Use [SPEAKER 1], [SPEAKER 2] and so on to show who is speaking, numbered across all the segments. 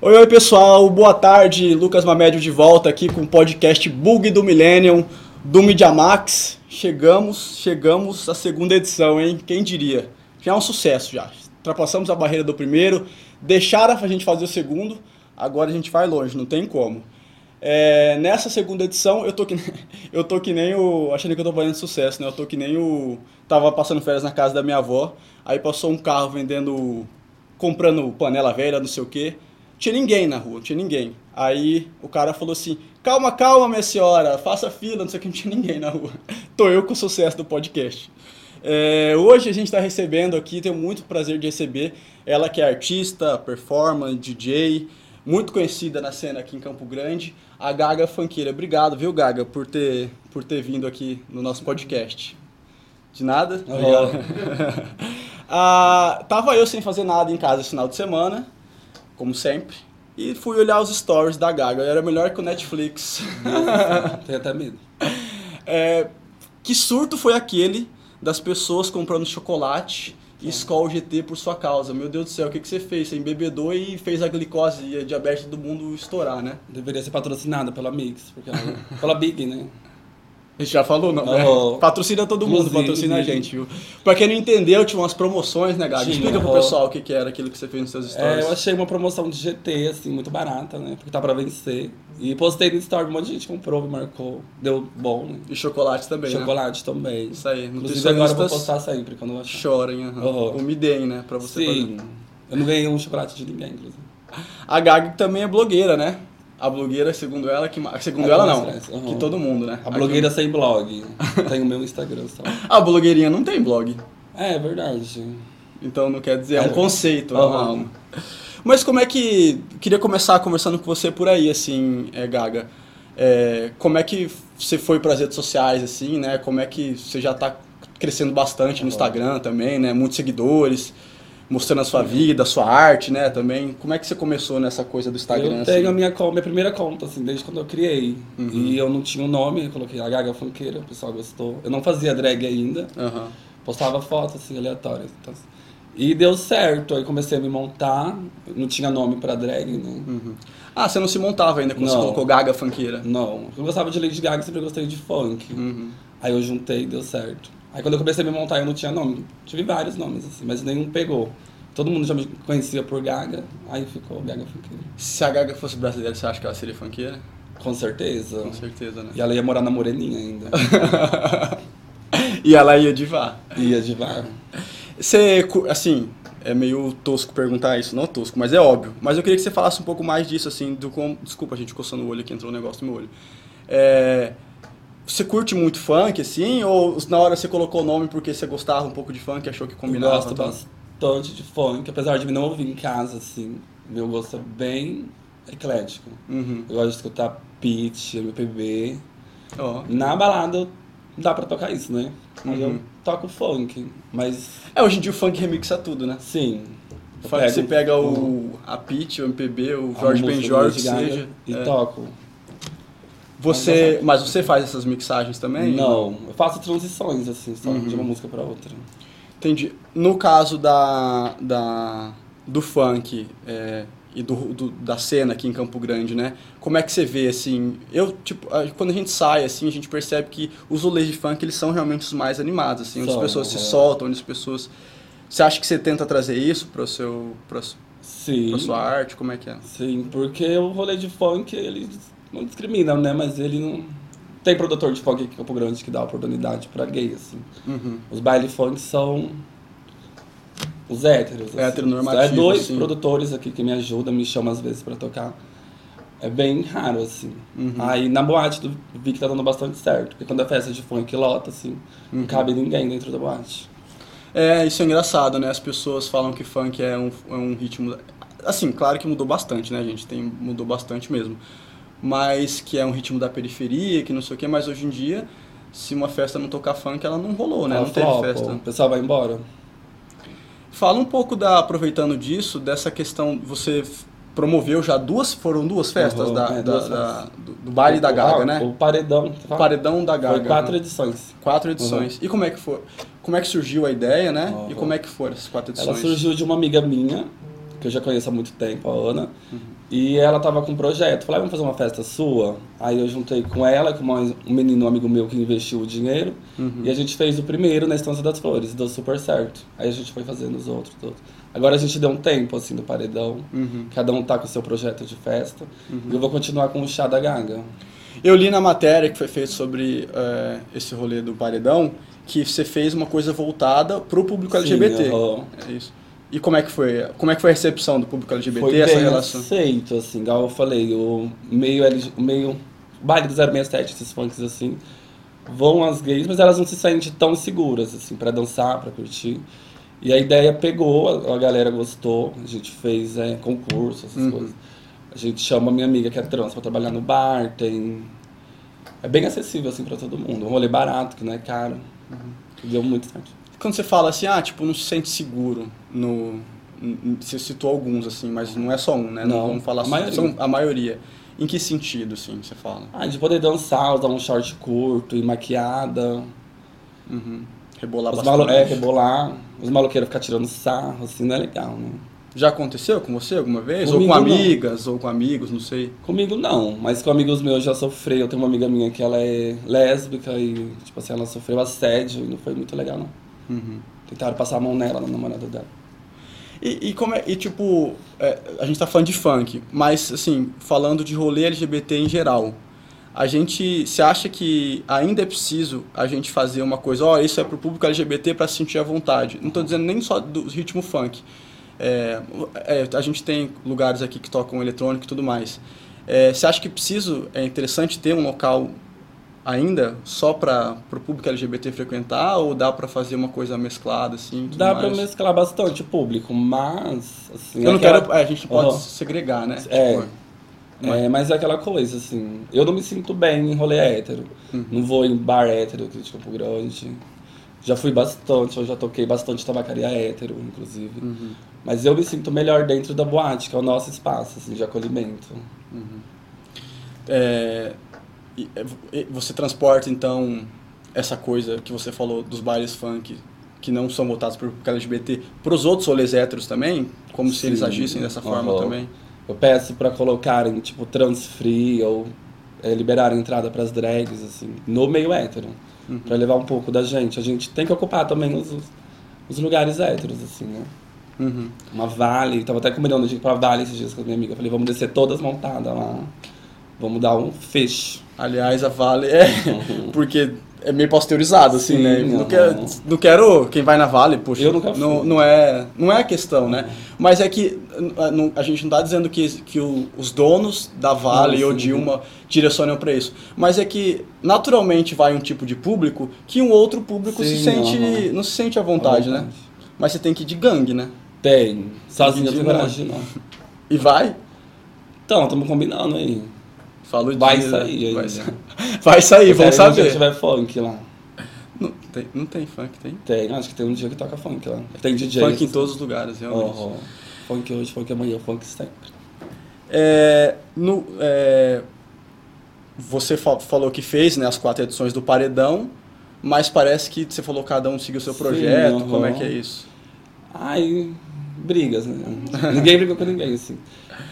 [SPEAKER 1] Oi, oi pessoal, boa tarde. Lucas Mamédio de volta aqui com o podcast Bug do Millennium do MediaMax. Chegamos, chegamos à segunda edição, hein? Quem diria? Já é um sucesso já. Ultrapassamos a barreira do primeiro, deixaram a gente fazer o segundo, agora a gente vai longe, não tem como. É, nessa segunda edição, eu tô que eu tô que nem o. Achando que eu tô fazendo sucesso, né? Eu tô que nem o. Tava passando férias na casa da minha avó, aí passou um carro vendendo. comprando panela velha, não sei o quê. Tinha ninguém na rua, não tinha ninguém. Aí o cara falou assim: calma, calma, minha senhora, faça fila, não sei o que, não tinha ninguém na rua. tô eu com o sucesso do podcast. É, hoje a gente está recebendo aqui, tenho muito prazer de receber ela que é artista, performer, DJ, muito conhecida na cena aqui em Campo Grande, a Gaga Fanqueira. Obrigado, viu, Gaga, por ter, por ter vindo aqui no nosso podcast. De nada?
[SPEAKER 2] Tá
[SPEAKER 1] Obrigado. ah, tava eu sem fazer nada em casa esse final de semana, como sempre, e fui olhar os stories da Gaga. Era melhor que o Netflix.
[SPEAKER 2] Tenho Ah, até medo.
[SPEAKER 1] É, que surto foi aquele das pessoas comprando chocolate e Skol GT por sua causa? Meu Deus do céu, o que, que você fez? Você embebedou e fez a glicose e a diabetes do mundo estourar, né?
[SPEAKER 2] Deveria ser patrocinada pela Mix, porque ela- pela Big, né?
[SPEAKER 1] A gente já falou, não, né?
[SPEAKER 2] Ó.
[SPEAKER 1] Patrocina todo mundo,
[SPEAKER 2] Tá Inclusive,
[SPEAKER 1] patrocina a
[SPEAKER 2] inclusive.
[SPEAKER 1] gente, viu? Pra quem não entendeu, tinha umas promoções, né, Gaga?
[SPEAKER 2] Tinha,
[SPEAKER 1] Explica pro
[SPEAKER 2] ó.
[SPEAKER 1] pessoal o que, que era aquilo que você fez nos seus
[SPEAKER 2] É,
[SPEAKER 1] stories.
[SPEAKER 2] eu achei uma promoção de GT, assim, muito barata, né? Porque tá pra vencer. E postei no story, um monte de gente comprou, me marcou. Deu bom, né?
[SPEAKER 1] E chocolate também, né?
[SPEAKER 2] Chocolate também.
[SPEAKER 1] Isso aí,
[SPEAKER 2] Inclusive agora eu vou
[SPEAKER 1] nutricionistas-
[SPEAKER 2] postar sempre, quando eu achar.
[SPEAKER 1] Chorem, aham.
[SPEAKER 2] Ó.
[SPEAKER 1] Umidem, né, pra você
[SPEAKER 2] Sim.
[SPEAKER 1] fazer.
[SPEAKER 2] Eu não ganhei um chocolate de ninguém, inclusive.
[SPEAKER 1] A Gaga também é blogueira, né? A blogueira, segundo ela, que... ma- Segundo
[SPEAKER 2] É,
[SPEAKER 1] ela,
[SPEAKER 2] que
[SPEAKER 1] não.
[SPEAKER 2] mais cresce, aham.
[SPEAKER 1] Que todo mundo, né?
[SPEAKER 2] A blogueira sem blog. Tem o meu Instagram só.
[SPEAKER 1] A blogueirinha não tem blog.
[SPEAKER 2] É, é verdade.
[SPEAKER 1] Então não quer dizer, é
[SPEAKER 2] É.
[SPEAKER 1] um conceito, é
[SPEAKER 2] Aham.
[SPEAKER 1] uma alma. Mas como é que. Queria começar conversando com você por aí, assim, é, Gaga. É, como é que você foi para as redes sociais, assim, né? Como é que você já tá crescendo bastante no Instagram também, né? Muitos seguidores, mostrando a sua vida, a sua arte, né? Também. Como é que você começou nessa coisa do Instagram?
[SPEAKER 2] Eu tenho a
[SPEAKER 1] assim? Uhum.
[SPEAKER 2] minha, con- minha primeira conta, assim, desde quando eu criei. E eu não tinha um nome, eu coloquei a Gaga Funkeira, o pessoal gostou. Eu não fazia drag ainda,
[SPEAKER 1] Aham.
[SPEAKER 2] postava fotos, assim, aleatórias. então, assim. E deu certo, aí comecei a me montar, eu não tinha nome pra drag, né?
[SPEAKER 1] Uhum. Ah, você não se montava ainda quando você
[SPEAKER 2] Não.
[SPEAKER 1] colocou Gaga Funkeira.
[SPEAKER 2] Não, eu gostava de Lady Gaga, sempre gostei de funk.
[SPEAKER 1] Uhum.
[SPEAKER 2] Aí eu juntei e deu certo. Aí quando eu comecei a me montar, eu não tinha nome. Tive vários nomes, assim, mas nenhum pegou. Todo mundo já me conhecia por Gaga, aí ficou Gaga Funkeira.
[SPEAKER 1] Se a Gaga fosse brasileira, você acha que ela seria funkeira?
[SPEAKER 2] Com certeza.
[SPEAKER 1] Com certeza, né?
[SPEAKER 2] E ela ia morar na Moreninha ainda.
[SPEAKER 1] e ela ia divar.
[SPEAKER 2] ia de bar.
[SPEAKER 1] Você, cu- assim, é meio tosco perguntar isso, não tosco, mas é óbvio. Mas eu queria que você falasse um pouco mais disso, assim, do como. Desculpa, gente, coçando o olho aqui, entrou um negócio no meu olho. É, Você curte muito funk, assim, ou na hora você colocou o nome porque você gostava um pouco de funk, achou que combinava?
[SPEAKER 2] Eu gosto
[SPEAKER 1] tá?
[SPEAKER 2] bastante de funk, apesar de não ouvir em casa, assim. Meu gosto é bem eclético.
[SPEAKER 1] Uhum.
[SPEAKER 2] Eu gosto de escutar pitch, MPB.
[SPEAKER 1] Ó.
[SPEAKER 2] Na balada dá pra tocar isso, né? Aí
[SPEAKER 1] Uhum.
[SPEAKER 2] eu toco funk, mas
[SPEAKER 1] É, hoje em dia o funk remixa tudo, né?
[SPEAKER 2] sim. eu
[SPEAKER 1] Funk,
[SPEAKER 2] pego um
[SPEAKER 1] você pega o, a Pitty, o MPB, o
[SPEAKER 2] a
[SPEAKER 1] Jorge
[SPEAKER 2] música
[SPEAKER 1] Ben
[SPEAKER 2] do
[SPEAKER 1] Jorge,
[SPEAKER 2] Lady
[SPEAKER 1] que
[SPEAKER 2] Gaga
[SPEAKER 1] seja.
[SPEAKER 2] E
[SPEAKER 1] É.
[SPEAKER 2] toco.
[SPEAKER 1] Você, mas você faz essas mixagens também?
[SPEAKER 2] Não,
[SPEAKER 1] né?
[SPEAKER 2] eu faço transições, assim, só de
[SPEAKER 1] Uhum.
[SPEAKER 2] uma música pra outra.
[SPEAKER 1] Entendi. No caso da, da, do funk é, e do, do- da cena aqui em Campo Grande, né? Como é que você vê, assim... Eu, tipo, a- quando a gente sai, assim, a gente percebe que os rolês de funk, eles são realmente os mais animados, assim. Onde as
[SPEAKER 2] São,
[SPEAKER 1] pessoas se
[SPEAKER 2] é.
[SPEAKER 1] soltam, onde as pessoas... Você acha que você tenta trazer isso para seu, pra, su-
[SPEAKER 2] Sim.
[SPEAKER 1] pra sua arte? Como é que é?
[SPEAKER 2] Sim, porque o rolê de funk, eles não discriminam, né? Mas ele não. Tem produtor de funk aqui em Campo Grande que dá oportunidade pra gay, assim.
[SPEAKER 1] Uhum.
[SPEAKER 2] Os baile funk são os héteros. assim.
[SPEAKER 1] Heteronormativo,
[SPEAKER 2] É dois
[SPEAKER 1] assim.
[SPEAKER 2] produtores aqui que me ajudam, me chamam às vezes pra tocar. É bem raro, assim.
[SPEAKER 1] Uhum.
[SPEAKER 2] Aí na boate do vi que tá dando bastante certo. Porque quando é festa de funk lota, assim,
[SPEAKER 1] Uhum.
[SPEAKER 2] não cabe ninguém dentro da boate.
[SPEAKER 1] É, isso é engraçado, né? As pessoas falam que funk é um, é um ritmo. Assim, claro que mudou bastante, né, gente? Tem, mudou bastante mesmo. Mas que é um ritmo da periferia, que não sei o quê, mas hoje em dia, se uma festa não tocar funk, ela não rolou, né?
[SPEAKER 2] Ela
[SPEAKER 1] Não teve
[SPEAKER 2] flopa,
[SPEAKER 1] festa.
[SPEAKER 2] O pessoal vai embora.
[SPEAKER 1] Fala um pouco da, aproveitando disso, dessa questão. Você f- promoveu já duas, foram duas festas
[SPEAKER 2] Uhum,
[SPEAKER 1] da, da-
[SPEAKER 2] é, duas
[SPEAKER 1] da-
[SPEAKER 2] festas.
[SPEAKER 1] do, do baile da
[SPEAKER 2] O-
[SPEAKER 1] Gaga,
[SPEAKER 2] ah,
[SPEAKER 1] né?
[SPEAKER 2] O paredão. tá?
[SPEAKER 1] O paredão da Gaga.
[SPEAKER 2] Foi quatro
[SPEAKER 1] né?
[SPEAKER 2] edições.
[SPEAKER 1] Quatro edições. E como é que foi? Como é que surgiu a ideia, né? E
[SPEAKER 2] Uhum.
[SPEAKER 1] como é que foram essas quatro edições?
[SPEAKER 2] Ela surgiu de uma amiga minha que eu já conheço há muito tempo, a Ana. E ela tava com um projeto. Falei, "Ah, vamos fazer uma festa sua? Aí eu juntei com ela, com mais um menino amigo meu que investiu o dinheiro. E a gente fez o primeiro na Estância das Flores. Deu super certo. Aí a gente foi fazendo os outros, os outros. Agora a gente deu um tempo, assim, do paredão.
[SPEAKER 1] Uhum.
[SPEAKER 2] Cada um tá com o seu projeto de festa. E eu vou continuar com o Chá da Gaga.
[SPEAKER 1] Eu li na matéria que foi feita sobre é, esse rolê do paredão que você fez uma coisa voltada pro público
[SPEAKER 2] Sim,
[SPEAKER 1] LGBT.
[SPEAKER 2] aham.
[SPEAKER 1] É isso. E como é que foi? Como é que foi a recepção do público LGBT
[SPEAKER 2] Foi
[SPEAKER 1] essa
[SPEAKER 2] bem
[SPEAKER 1] relação?
[SPEAKER 2] aceito, assim, igual eu falei, o meio, LG o meio o baile do 067, esses funks assim, vão as gays, mas elas não se sentem tão seguras, assim, pra dançar, pra curtir. E a ideia pegou, a, a galera gostou, a gente fez é, concurso, essas
[SPEAKER 1] Uhum.
[SPEAKER 2] coisas. A gente chama minha amiga que é trans pra trabalhar no bar, tem... É bem acessível, assim, pra todo mundo. Um rolê barato, que não é caro.
[SPEAKER 1] Uhum.
[SPEAKER 2] Deu muito certo.
[SPEAKER 1] Quando você fala assim, ah, tipo, não se sente seguro no. n- n- Você citou alguns, assim, mas não é só um, né?
[SPEAKER 2] Não,
[SPEAKER 1] vamos falar
[SPEAKER 2] a
[SPEAKER 1] só-
[SPEAKER 2] maioria.
[SPEAKER 1] São a maioria. Em que sentido, assim, você fala?
[SPEAKER 2] Ah, de poder dançar, usar um short curto e maquiada.
[SPEAKER 1] Uhum. Rebolar
[SPEAKER 2] Os
[SPEAKER 1] bastante.
[SPEAKER 2] malu é, rebolar, os maloqueiros ficar tirando sarro, assim, não é legal, né?
[SPEAKER 1] Já aconteceu com você alguma vez?
[SPEAKER 2] Comigo,
[SPEAKER 1] ou
[SPEAKER 2] não.
[SPEAKER 1] com amigas, ou com amigos, não sei.
[SPEAKER 2] Comigo não, mas com amigos meus já sofreu. Eu tenho uma amiga minha que ela é lésbica e, tipo assim, ela sofreu assédio e não foi muito legal, não. Uhum. Tentaram passar a mão nela, na namorada dela.
[SPEAKER 1] E, e como é, e tipo, é, a gente tá falando de funk, mas assim, falando de rolê LGBT em geral, a gente, você acha que ainda é preciso a gente fazer uma coisa, ó, isso é pro público LGBT pra se sentir à vontade? Não tô dizendo nem só do ritmo funk. É, é, a gente tem lugares aqui que tocam eletrônico e tudo mais. É, você acha que preciso, é interessante ter um local ainda só para pro público LGBT frequentar ou dá pra fazer uma coisa mesclada assim? tudo
[SPEAKER 2] Dá pra
[SPEAKER 1] mais?
[SPEAKER 2] mesclar bastante o público, mas, assim...
[SPEAKER 1] Eu não
[SPEAKER 2] aquela-
[SPEAKER 1] quero. é, a gente não pode
[SPEAKER 2] Aham.
[SPEAKER 1] segregar, né?
[SPEAKER 2] É.
[SPEAKER 1] Tipo,
[SPEAKER 2] É, mas é aquela coisa, assim, eu não me sinto bem em rolê hétero. Não vou em bar hétero, aqui de Campo Grande. Já fui bastante, eu já toquei bastante tabacaria hétero, inclusive. Mas eu me sinto melhor dentro da boate, que é o nosso espaço, assim, de acolhimento.
[SPEAKER 1] é, e- é, vo- e você transporta, então, essa coisa que você falou dos bailes funk que não são votados por LGBT para os outros rolês héteros também? Como se eles
[SPEAKER 2] Sim.
[SPEAKER 1] agissem dessa forma
[SPEAKER 2] Aham.
[SPEAKER 1] também?
[SPEAKER 2] Eu peço pra colocarem, tipo, trans free ou é, liberarem entrada pras drags, assim, no meio hétero. Pra levar um pouco da gente. A gente tem que ocupar também os, os lugares héteros, assim, né?
[SPEAKER 1] Uhum.
[SPEAKER 2] Uma vale, tava até combinando de ir pra vale esses dias com a minha amiga. Falei, vamos descer todas montadas lá. Vamos dar um feixe.
[SPEAKER 1] Aliás, a Vale é. Porque é meio pasteurizado, assim,
[SPEAKER 2] Sim,
[SPEAKER 1] né? Não
[SPEAKER 2] aham.
[SPEAKER 1] quero, não quero. Quem vai na Vale, poxa.
[SPEAKER 2] Eu nunca fui.
[SPEAKER 1] não, não, é, não é a questão, né? Mas é que n- a- não- a gente não tá dizendo que, que o- os donos da Vale
[SPEAKER 2] Não,
[SPEAKER 1] ou
[SPEAKER 2] sim.
[SPEAKER 1] Dilma direcionam para isso. Mas é que naturalmente vai um tipo de público que um outro público se
[SPEAKER 2] Sim,
[SPEAKER 1] sente.
[SPEAKER 2] aham.
[SPEAKER 1] Não se sente à vontade,
[SPEAKER 2] À
[SPEAKER 1] né?
[SPEAKER 2] vontade.
[SPEAKER 1] Mas você tem que ir de gangue, né?
[SPEAKER 2] Tem. Sozinho eu não
[SPEAKER 1] Entendi, né?
[SPEAKER 2] coragem, não.
[SPEAKER 1] E vai?
[SPEAKER 2] Então, estamos combinando aí.
[SPEAKER 1] Falo
[SPEAKER 2] Vai sair aí. né?
[SPEAKER 1] Vai, sa- vai sair,
[SPEAKER 2] Eu
[SPEAKER 1] vamos
[SPEAKER 2] quero ir no
[SPEAKER 1] saber.
[SPEAKER 2] dia que tiver funk lá.
[SPEAKER 1] Não, tem, não tem funk, tem.
[SPEAKER 2] Tem, acho que tem um dia que toca funk lá. Tem DJ.
[SPEAKER 1] Funk em todos os lugares, realmente.
[SPEAKER 2] Aham. Funk hoje, funk amanhã, funk sempre.
[SPEAKER 1] É, no, é, você fa- falou que fez né, as quatro edições do Paredão, mas parece que você falou que cada um seguiu o seu
[SPEAKER 2] Sim,
[SPEAKER 1] projeto.
[SPEAKER 2] aham.
[SPEAKER 1] Como é que é isso?
[SPEAKER 2] Ai, brigas, né? ninguém brigou com ninguém, assim.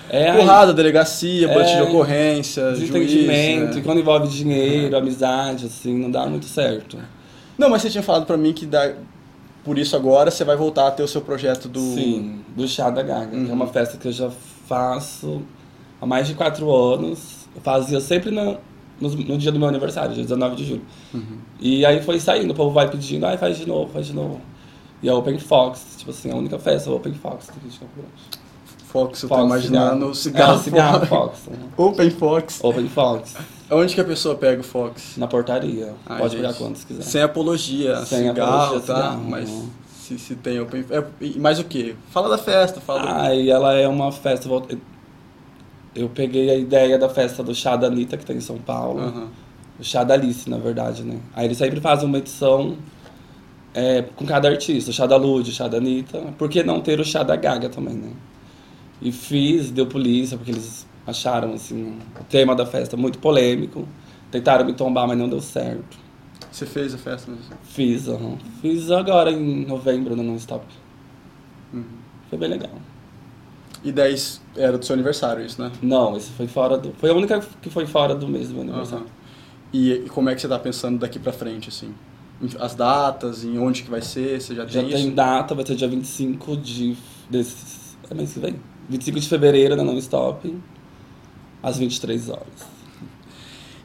[SPEAKER 2] É, ai,
[SPEAKER 1] Porrada, delegacia, boletim de
[SPEAKER 2] É,
[SPEAKER 1] ocorrência, juiz.
[SPEAKER 2] desentendimento, e
[SPEAKER 1] né?
[SPEAKER 2] quando envolve dinheiro, amizade, assim, não dá muito certo.
[SPEAKER 1] Não, mas você tinha falado pra mim que dá- por isso agora você vai voltar a ter o seu projeto do.
[SPEAKER 2] Sim, do Chá da Gaga, que é
[SPEAKER 1] Uhum.
[SPEAKER 2] uma festa que eu já faço há mais de quatro anos. Eu fazia sempre na- nos- no, dia do meu aniversário, dia 19 de julho.
[SPEAKER 1] Uhum.
[SPEAKER 2] E aí foi saindo, o povo vai pedindo, ai, faz de novo, faz de novo. E a Open Fox, tipo assim, a única festa, a Open Fox que a gente tá Fox,
[SPEAKER 1] Fox, eu tô imaginando o
[SPEAKER 2] cigarro. É,
[SPEAKER 1] cigarro.
[SPEAKER 2] o cigarro Fox. né?
[SPEAKER 1] Open Fox.
[SPEAKER 2] Open Fox,
[SPEAKER 1] Onde que a pessoa pega o Fox?
[SPEAKER 2] na portaria.
[SPEAKER 1] Ai,
[SPEAKER 2] Pode pegar
[SPEAKER 1] gente.
[SPEAKER 2] quantos quiser.
[SPEAKER 1] Sem apologia,
[SPEAKER 2] Sem
[SPEAKER 1] cigarro,
[SPEAKER 2] apologia,
[SPEAKER 1] tá?
[SPEAKER 2] cigarro,
[SPEAKER 1] Mas
[SPEAKER 2] não.
[SPEAKER 1] se, se tem open. É, e mais o quê? Fala da festa, fala.
[SPEAKER 2] Ah, e ela é uma festa. volta- Eu peguei a ideia da festa do chá da Anitta, que tem em São Paulo.
[SPEAKER 1] Aham.
[SPEAKER 2] O chá da Alice, na verdade, né? Aí eles sempre fazem uma edição é, com cada artista. O chá da Lud, o chá da Anitta. Por que não ter o chá da Gaga também, né? E fiz, deu polícia, porque eles acharam, assim, o tema da festa muito polêmico. Tentaram me tombar, mas não deu certo.
[SPEAKER 1] Você fez a festa mesmo.
[SPEAKER 2] Fiz, aham. Fiz agora em novembro no Non-Stop. Foi bem legal.
[SPEAKER 1] uhum. E 10 era do seu aniversário, isso, né?
[SPEAKER 2] Não, esse foi fora do. Foi a única que foi fora do mesmo aniversário.
[SPEAKER 1] Aham. E, e como é que você tá pensando daqui pra frente, assim? Em- As datas, em onde que vai ser, você já
[SPEAKER 2] Já
[SPEAKER 1] tem
[SPEAKER 2] tem
[SPEAKER 1] É isso?
[SPEAKER 2] data, vai ser dia 25 de. Desse, é mês que vem? 25 de fevereiro na Non Stop, às 23 horas.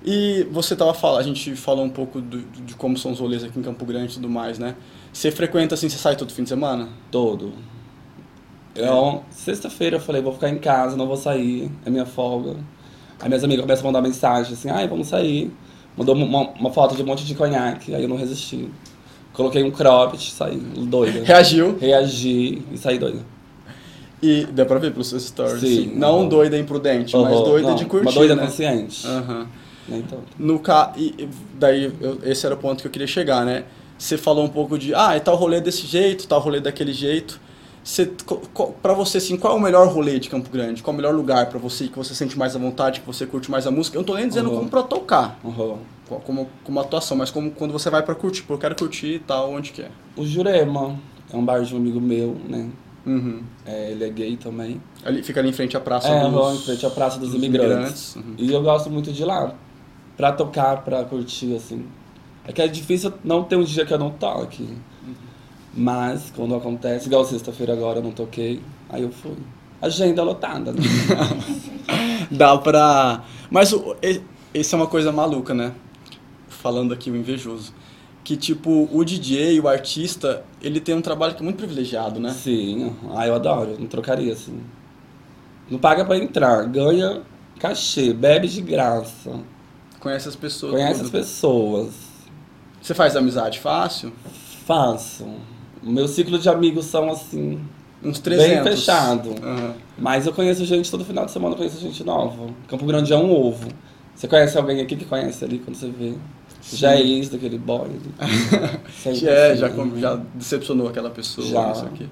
[SPEAKER 1] E você tava falando, a gente falou um pouco do- de como são os rolês aqui em Campo Grande e tudo mais, né? Você frequenta, assim, você sai todo fim de semana?
[SPEAKER 2] Todo.
[SPEAKER 1] É.
[SPEAKER 2] Eu, sexta-feira eu falei, vou ficar em casa, não vou sair, é minha folga. Aí minhas amigas começam a mandar mensagem assim, ai, vamos sair. Mandou uma, uma foto de um monte de conhaque, aí eu não resisti. Coloquei um cropped, saí doida.
[SPEAKER 1] Reagiu
[SPEAKER 2] Reagi e saí doida.
[SPEAKER 1] e deu pra ver pelos seus stories.
[SPEAKER 2] Sim.
[SPEAKER 1] assim. Não doida imprudente, mas
[SPEAKER 2] Horror.
[SPEAKER 1] doida
[SPEAKER 2] Não,
[SPEAKER 1] de curtir,
[SPEAKER 2] Uma doida
[SPEAKER 1] né?
[SPEAKER 2] consciente.
[SPEAKER 1] Aham.
[SPEAKER 2] né, Então,
[SPEAKER 1] No ca... e, e daí, eu- esse era o ponto que eu queria chegar, né? Você falou um pouco de, ah, e tal rolê desse jeito, tal rolê daquele jeito. Você, co- co- pra você, assim, qual é o melhor rolê de Campo Grande? Qual é o melhor lugar pra você, que você sente mais à vontade, que você curte mais a música? Eu não tô nem dizendo
[SPEAKER 2] Uhum.
[SPEAKER 1] como pra tocar,
[SPEAKER 2] horror.
[SPEAKER 1] co- como, como atuação, mas como quando você vai pra curtir, pô, eu quero curtir e tal, onde que é.
[SPEAKER 2] O Jurema é um bar de um amigo meu, né?
[SPEAKER 1] Uhum.
[SPEAKER 2] É, ele é gay também.
[SPEAKER 1] Ali, fica ali em frente à praça
[SPEAKER 2] é,
[SPEAKER 1] dos...
[SPEAKER 2] vou em frente à Praça dos,
[SPEAKER 1] dos
[SPEAKER 2] Imigrantes.
[SPEAKER 1] imigrantes, uhum.
[SPEAKER 2] E eu gosto muito de ir lá. Pra tocar, pra curtir, assim. É que é difícil não ter um dia que eu não toque.
[SPEAKER 1] Uhum.
[SPEAKER 2] Mas quando acontece, igual sexta-feira agora eu não toquei, aí eu fui. Agenda lotada, né?
[SPEAKER 1] Dá pra. Mas o, e- esse é uma coisa maluca, né? Falando aqui o invejoso. Que tipo, o DJ, o artista, ele tem um trabalho que é muito privilegiado, né?
[SPEAKER 2] Sim, ah, eu adoro, não trocaria assim. Não paga pra entrar, ganha cachê, bebe de graça,
[SPEAKER 1] Conhece as pessoas.
[SPEAKER 2] conhece
[SPEAKER 1] tudo.
[SPEAKER 2] as pessoas.
[SPEAKER 1] Você faz amizade fácil?
[SPEAKER 2] Faço. O meu ciclo de amigos são assim.
[SPEAKER 1] Uns
[SPEAKER 2] Bem
[SPEAKER 1] 300.
[SPEAKER 2] fechado.
[SPEAKER 1] Aham.
[SPEAKER 2] Mas eu conheço gente, todo final de semana eu conheço gente nova. Campo Grande é um ovo. Você conhece alguém aqui que conhece ali quando você vê? Já é ex daquele boy. ali. Sempre
[SPEAKER 1] É,
[SPEAKER 2] assim,
[SPEAKER 1] já,
[SPEAKER 2] né?
[SPEAKER 1] com- já decepcionou aquela pessoa,
[SPEAKER 2] Já.
[SPEAKER 1] isso aqui.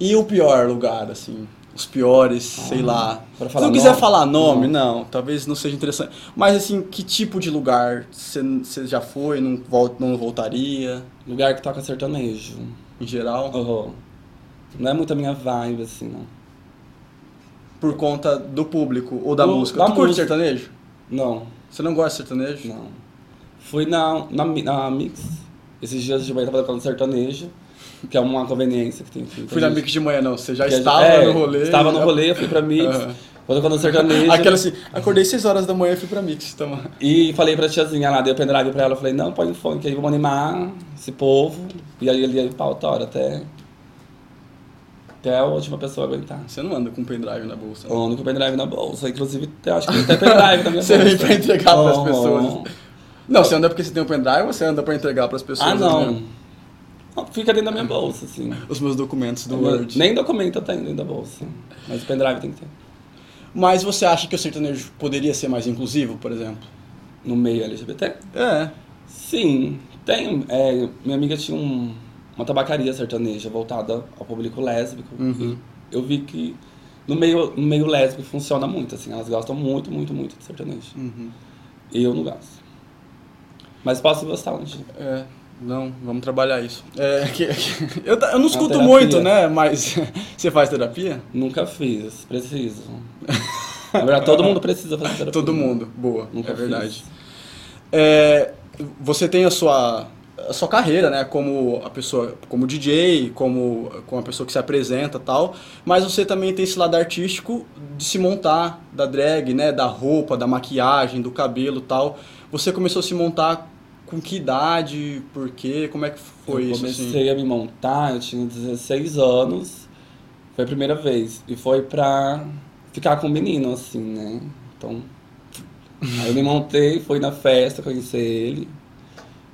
[SPEAKER 1] E o pior lugar, assim? Os piores, sei
[SPEAKER 2] Ah.
[SPEAKER 1] lá.
[SPEAKER 2] pra
[SPEAKER 1] Se
[SPEAKER 2] falar
[SPEAKER 1] não quiser
[SPEAKER 2] nome?
[SPEAKER 1] falar nome, não. Talvez não seja interessante. Mas assim, que tipo de lugar você- você já foi, não, vol- não voltaria?
[SPEAKER 2] Lugar que toca sertanejo.
[SPEAKER 1] em geral,
[SPEAKER 2] Horror. Não é muito a minha vibe, assim, não.
[SPEAKER 1] por conta do público ou da
[SPEAKER 2] Do-
[SPEAKER 1] música.
[SPEAKER 2] da
[SPEAKER 1] tu curte
[SPEAKER 2] música.
[SPEAKER 1] sertanejo?
[SPEAKER 2] Não,
[SPEAKER 1] Você não gosta de sertanejo?
[SPEAKER 2] não. Fui na, na, Mi- na Mix. Esses dias de manhã tava tocando sertanejo, que é uma conveniência que tem aqui.
[SPEAKER 1] Fui na
[SPEAKER 2] Gente,
[SPEAKER 1] Mix de manhã, não. Você já
[SPEAKER 2] que a gente-
[SPEAKER 1] estava
[SPEAKER 2] é,
[SPEAKER 1] no rolê.
[SPEAKER 2] Estava no
[SPEAKER 1] já-
[SPEAKER 2] rolê, fui pra Mix.
[SPEAKER 1] Aham.
[SPEAKER 2] Quando eu tocando sertanejo.
[SPEAKER 1] Aquela assim, acordei 6 horas da manhã e fui pra Mix. Então...
[SPEAKER 2] E falei pra tiazinha lá, dei o pendrive pra ela, falei, não, põe o funk aí, vamos animar esse povo. E aí ele ia pra autora tá, até. Até a última pessoa aguentar.
[SPEAKER 1] Você não anda com pendrive na bolsa. né?
[SPEAKER 2] Eu ando com o pendrive na bolsa, inclusive eu acho que tem pendrive na minha
[SPEAKER 1] Você vem
[SPEAKER 2] bolsa.
[SPEAKER 1] pra entregar pras
[SPEAKER 2] Oh.
[SPEAKER 1] pessoas. Não, você anda porque você tem um pendrive ou você anda pra entregar pras pessoas?
[SPEAKER 2] Ah, não.
[SPEAKER 1] né?
[SPEAKER 2] Fica dentro da minha bolsa, assim.
[SPEAKER 1] Os meus documentos do Word.
[SPEAKER 2] Nem documento tem dentro da bolsa. Mas o pendrive tem que ter.
[SPEAKER 1] Mas você acha que o sertanejo poderia ser mais inclusivo, por exemplo?
[SPEAKER 2] No meio LGBT?
[SPEAKER 1] É.
[SPEAKER 2] Sim, tem. é, minha amiga tinha um- uma tabacaria sertaneja voltada ao público lésbico.
[SPEAKER 1] Uhum.
[SPEAKER 2] Eu vi que no meio, no meio lésbico funciona muito, assim. Elas gostam muito, muito, muito de sertanejo.
[SPEAKER 1] Uhum.
[SPEAKER 2] Eu não gosto. Mas posso gostar um dia.
[SPEAKER 1] É, não, vamos trabalhar isso. É, que- que- eu, ta- eu não escuto
[SPEAKER 2] É terapia.
[SPEAKER 1] muito, né? Mas você faz terapia?
[SPEAKER 2] Nunca fiz, preciso. Na verdade, todo mundo precisa fazer terapia.
[SPEAKER 1] Todo mundo, boa,
[SPEAKER 2] Nunca
[SPEAKER 1] é verdade.
[SPEAKER 2] fiz.
[SPEAKER 1] É, você tem a sua, a sua carreira, né? Como a pessoa, como DJ, como, como a pessoa que se apresenta e tal, mas você também tem esse lado artístico de se montar, da drag, né? Da roupa, da maquiagem, do cabelo e tal. Você começou a se montar com que idade, por quê, como é que foi
[SPEAKER 2] eu
[SPEAKER 1] isso? assim?
[SPEAKER 2] comecei a me montar, eu tinha 16 anos. Foi a primeira vez. E foi pra ficar com o menino, assim, né? Então. Aí eu me montei, fui na festa, conheci ele.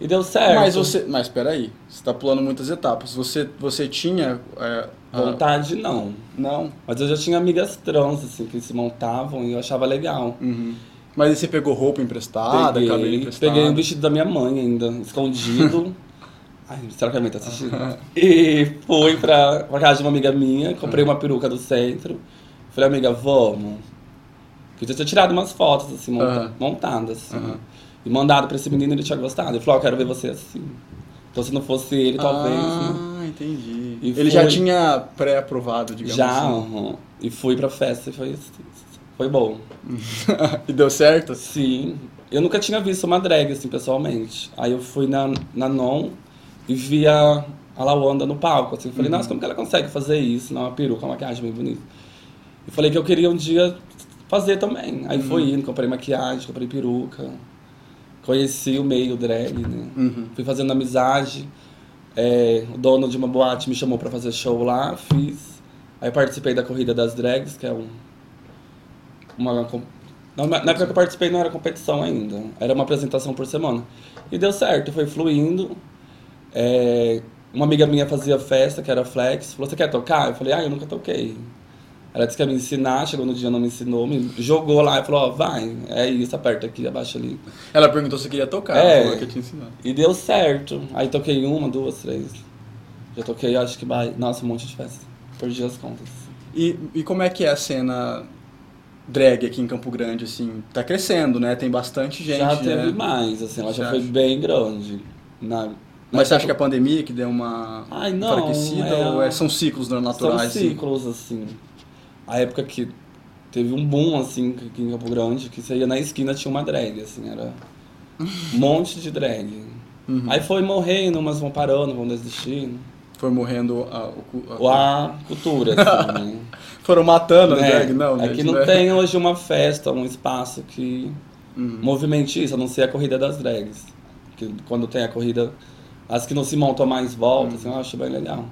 [SPEAKER 2] E deu certo.
[SPEAKER 1] Mas você. Mas peraí, você tá pulando muitas etapas. Você, você tinha. é, a-
[SPEAKER 2] Vontade não.
[SPEAKER 1] Não.
[SPEAKER 2] Mas eu já tinha amigas trans, assim, que se montavam e eu achava legal.
[SPEAKER 1] Uhum. Mas aí você pegou roupa emprestada, cabelo
[SPEAKER 2] peguei,
[SPEAKER 1] emprestado.
[SPEAKER 2] peguei um vestido da minha mãe ainda, escondido. Ai, será que a minha mãe tá assistindo?
[SPEAKER 1] Ah.
[SPEAKER 2] e fui pra, pra casa de uma amiga minha,
[SPEAKER 1] Ah.
[SPEAKER 2] comprei uma peruca do centro. Falei, amiga, vamos. Que eu já tinha tirado umas fotos, assim, monta-
[SPEAKER 1] Aham.
[SPEAKER 2] montadas, assim.
[SPEAKER 1] Aham.
[SPEAKER 2] E "Ah, mandado pra esse menino, ele tinha gostado. Ele falou, ó, quero ver você assim. Então se não fosse ele, talvez, né?
[SPEAKER 1] Ah, entendi.
[SPEAKER 2] E
[SPEAKER 1] Ele
[SPEAKER 2] foi-
[SPEAKER 1] já tinha pré-aprovado, digamos
[SPEAKER 2] Já,
[SPEAKER 1] assim.
[SPEAKER 2] uhum. e fui pra festa e foi, foi bom.
[SPEAKER 1] e deu certo?
[SPEAKER 2] Sim, eu nunca tinha visto uma drag assim pessoalmente. Aí eu fui na, na Non e vi a, a Lawanda no palco. Assim. Eu falei, nossa, como que ela consegue fazer isso? Não, uma peruca, uma maquiagem bem bonita. E falei que eu queria um dia fazer também. Aí fui indo, comprei maquiagem, comprei peruca. Conheci o meio drag, né?
[SPEAKER 1] Uhum.
[SPEAKER 2] Fui fazendo amizade. É, o dono de uma boate me chamou pra fazer show lá, fiz. Aí participei da Corrida das Drags, que é um, uma. com- Na, na época que eu participei não era competição ainda, era uma apresentação por semana. E deu certo, foi fluindo. É, uma amiga minha fazia festa, que era Flex, falou: Você quer tocar? Eu falei: Ah, eu nunca toquei. Ela disse que ia me ensinar, chegou no dia, não me ensinou, me jogou lá e falou: Ó, vai, é isso, aperta aqui, abaixa ali.
[SPEAKER 1] Ela perguntou se queria tocar,
[SPEAKER 2] É.
[SPEAKER 1] ela falou que eu tinha ensinado.
[SPEAKER 2] E deu certo. Aí toquei uma, duas, três. Já toquei, acho que vai. Nossa, um monte de festa. Perdi as contas.
[SPEAKER 1] E, e como é que é a cena drag aqui em Campo Grande, assim? Tá crescendo, né? Tem bastante gente,
[SPEAKER 2] já teve
[SPEAKER 1] né?
[SPEAKER 2] mais, assim, ela já
[SPEAKER 1] Você
[SPEAKER 2] foi
[SPEAKER 1] acha?
[SPEAKER 2] bem grande. Na, na
[SPEAKER 1] Mas você acha que
[SPEAKER 2] época-
[SPEAKER 1] a pandemia que deu uma
[SPEAKER 2] Ai, não,
[SPEAKER 1] enfraquecida
[SPEAKER 2] é-
[SPEAKER 1] Um ou é- são ciclos né, naturais?
[SPEAKER 2] São
[SPEAKER 1] assim?
[SPEAKER 2] ciclos, assim. A época que teve um boom, assim, aqui em Campo Grande, que você ia na esquina tinha uma drag, assim, era um monte de drag.
[SPEAKER 1] Uhum.
[SPEAKER 2] Aí foi morrendo, umas vão parando, vão desistindo.
[SPEAKER 1] Foi morrendo a, o cu- a-
[SPEAKER 2] Ou a cultura, assim, né?
[SPEAKER 1] Foram matando
[SPEAKER 2] Né?
[SPEAKER 1] a drag? Não, né?
[SPEAKER 2] Aqui não
[SPEAKER 1] é-
[SPEAKER 2] tem hoje uma festa, um espaço que
[SPEAKER 1] Uhum.
[SPEAKER 2] movimente isso, a não ser a corrida das drags. Que quando tem a corrida, as que não se montam mais voltam, assim, eu acho bem legal.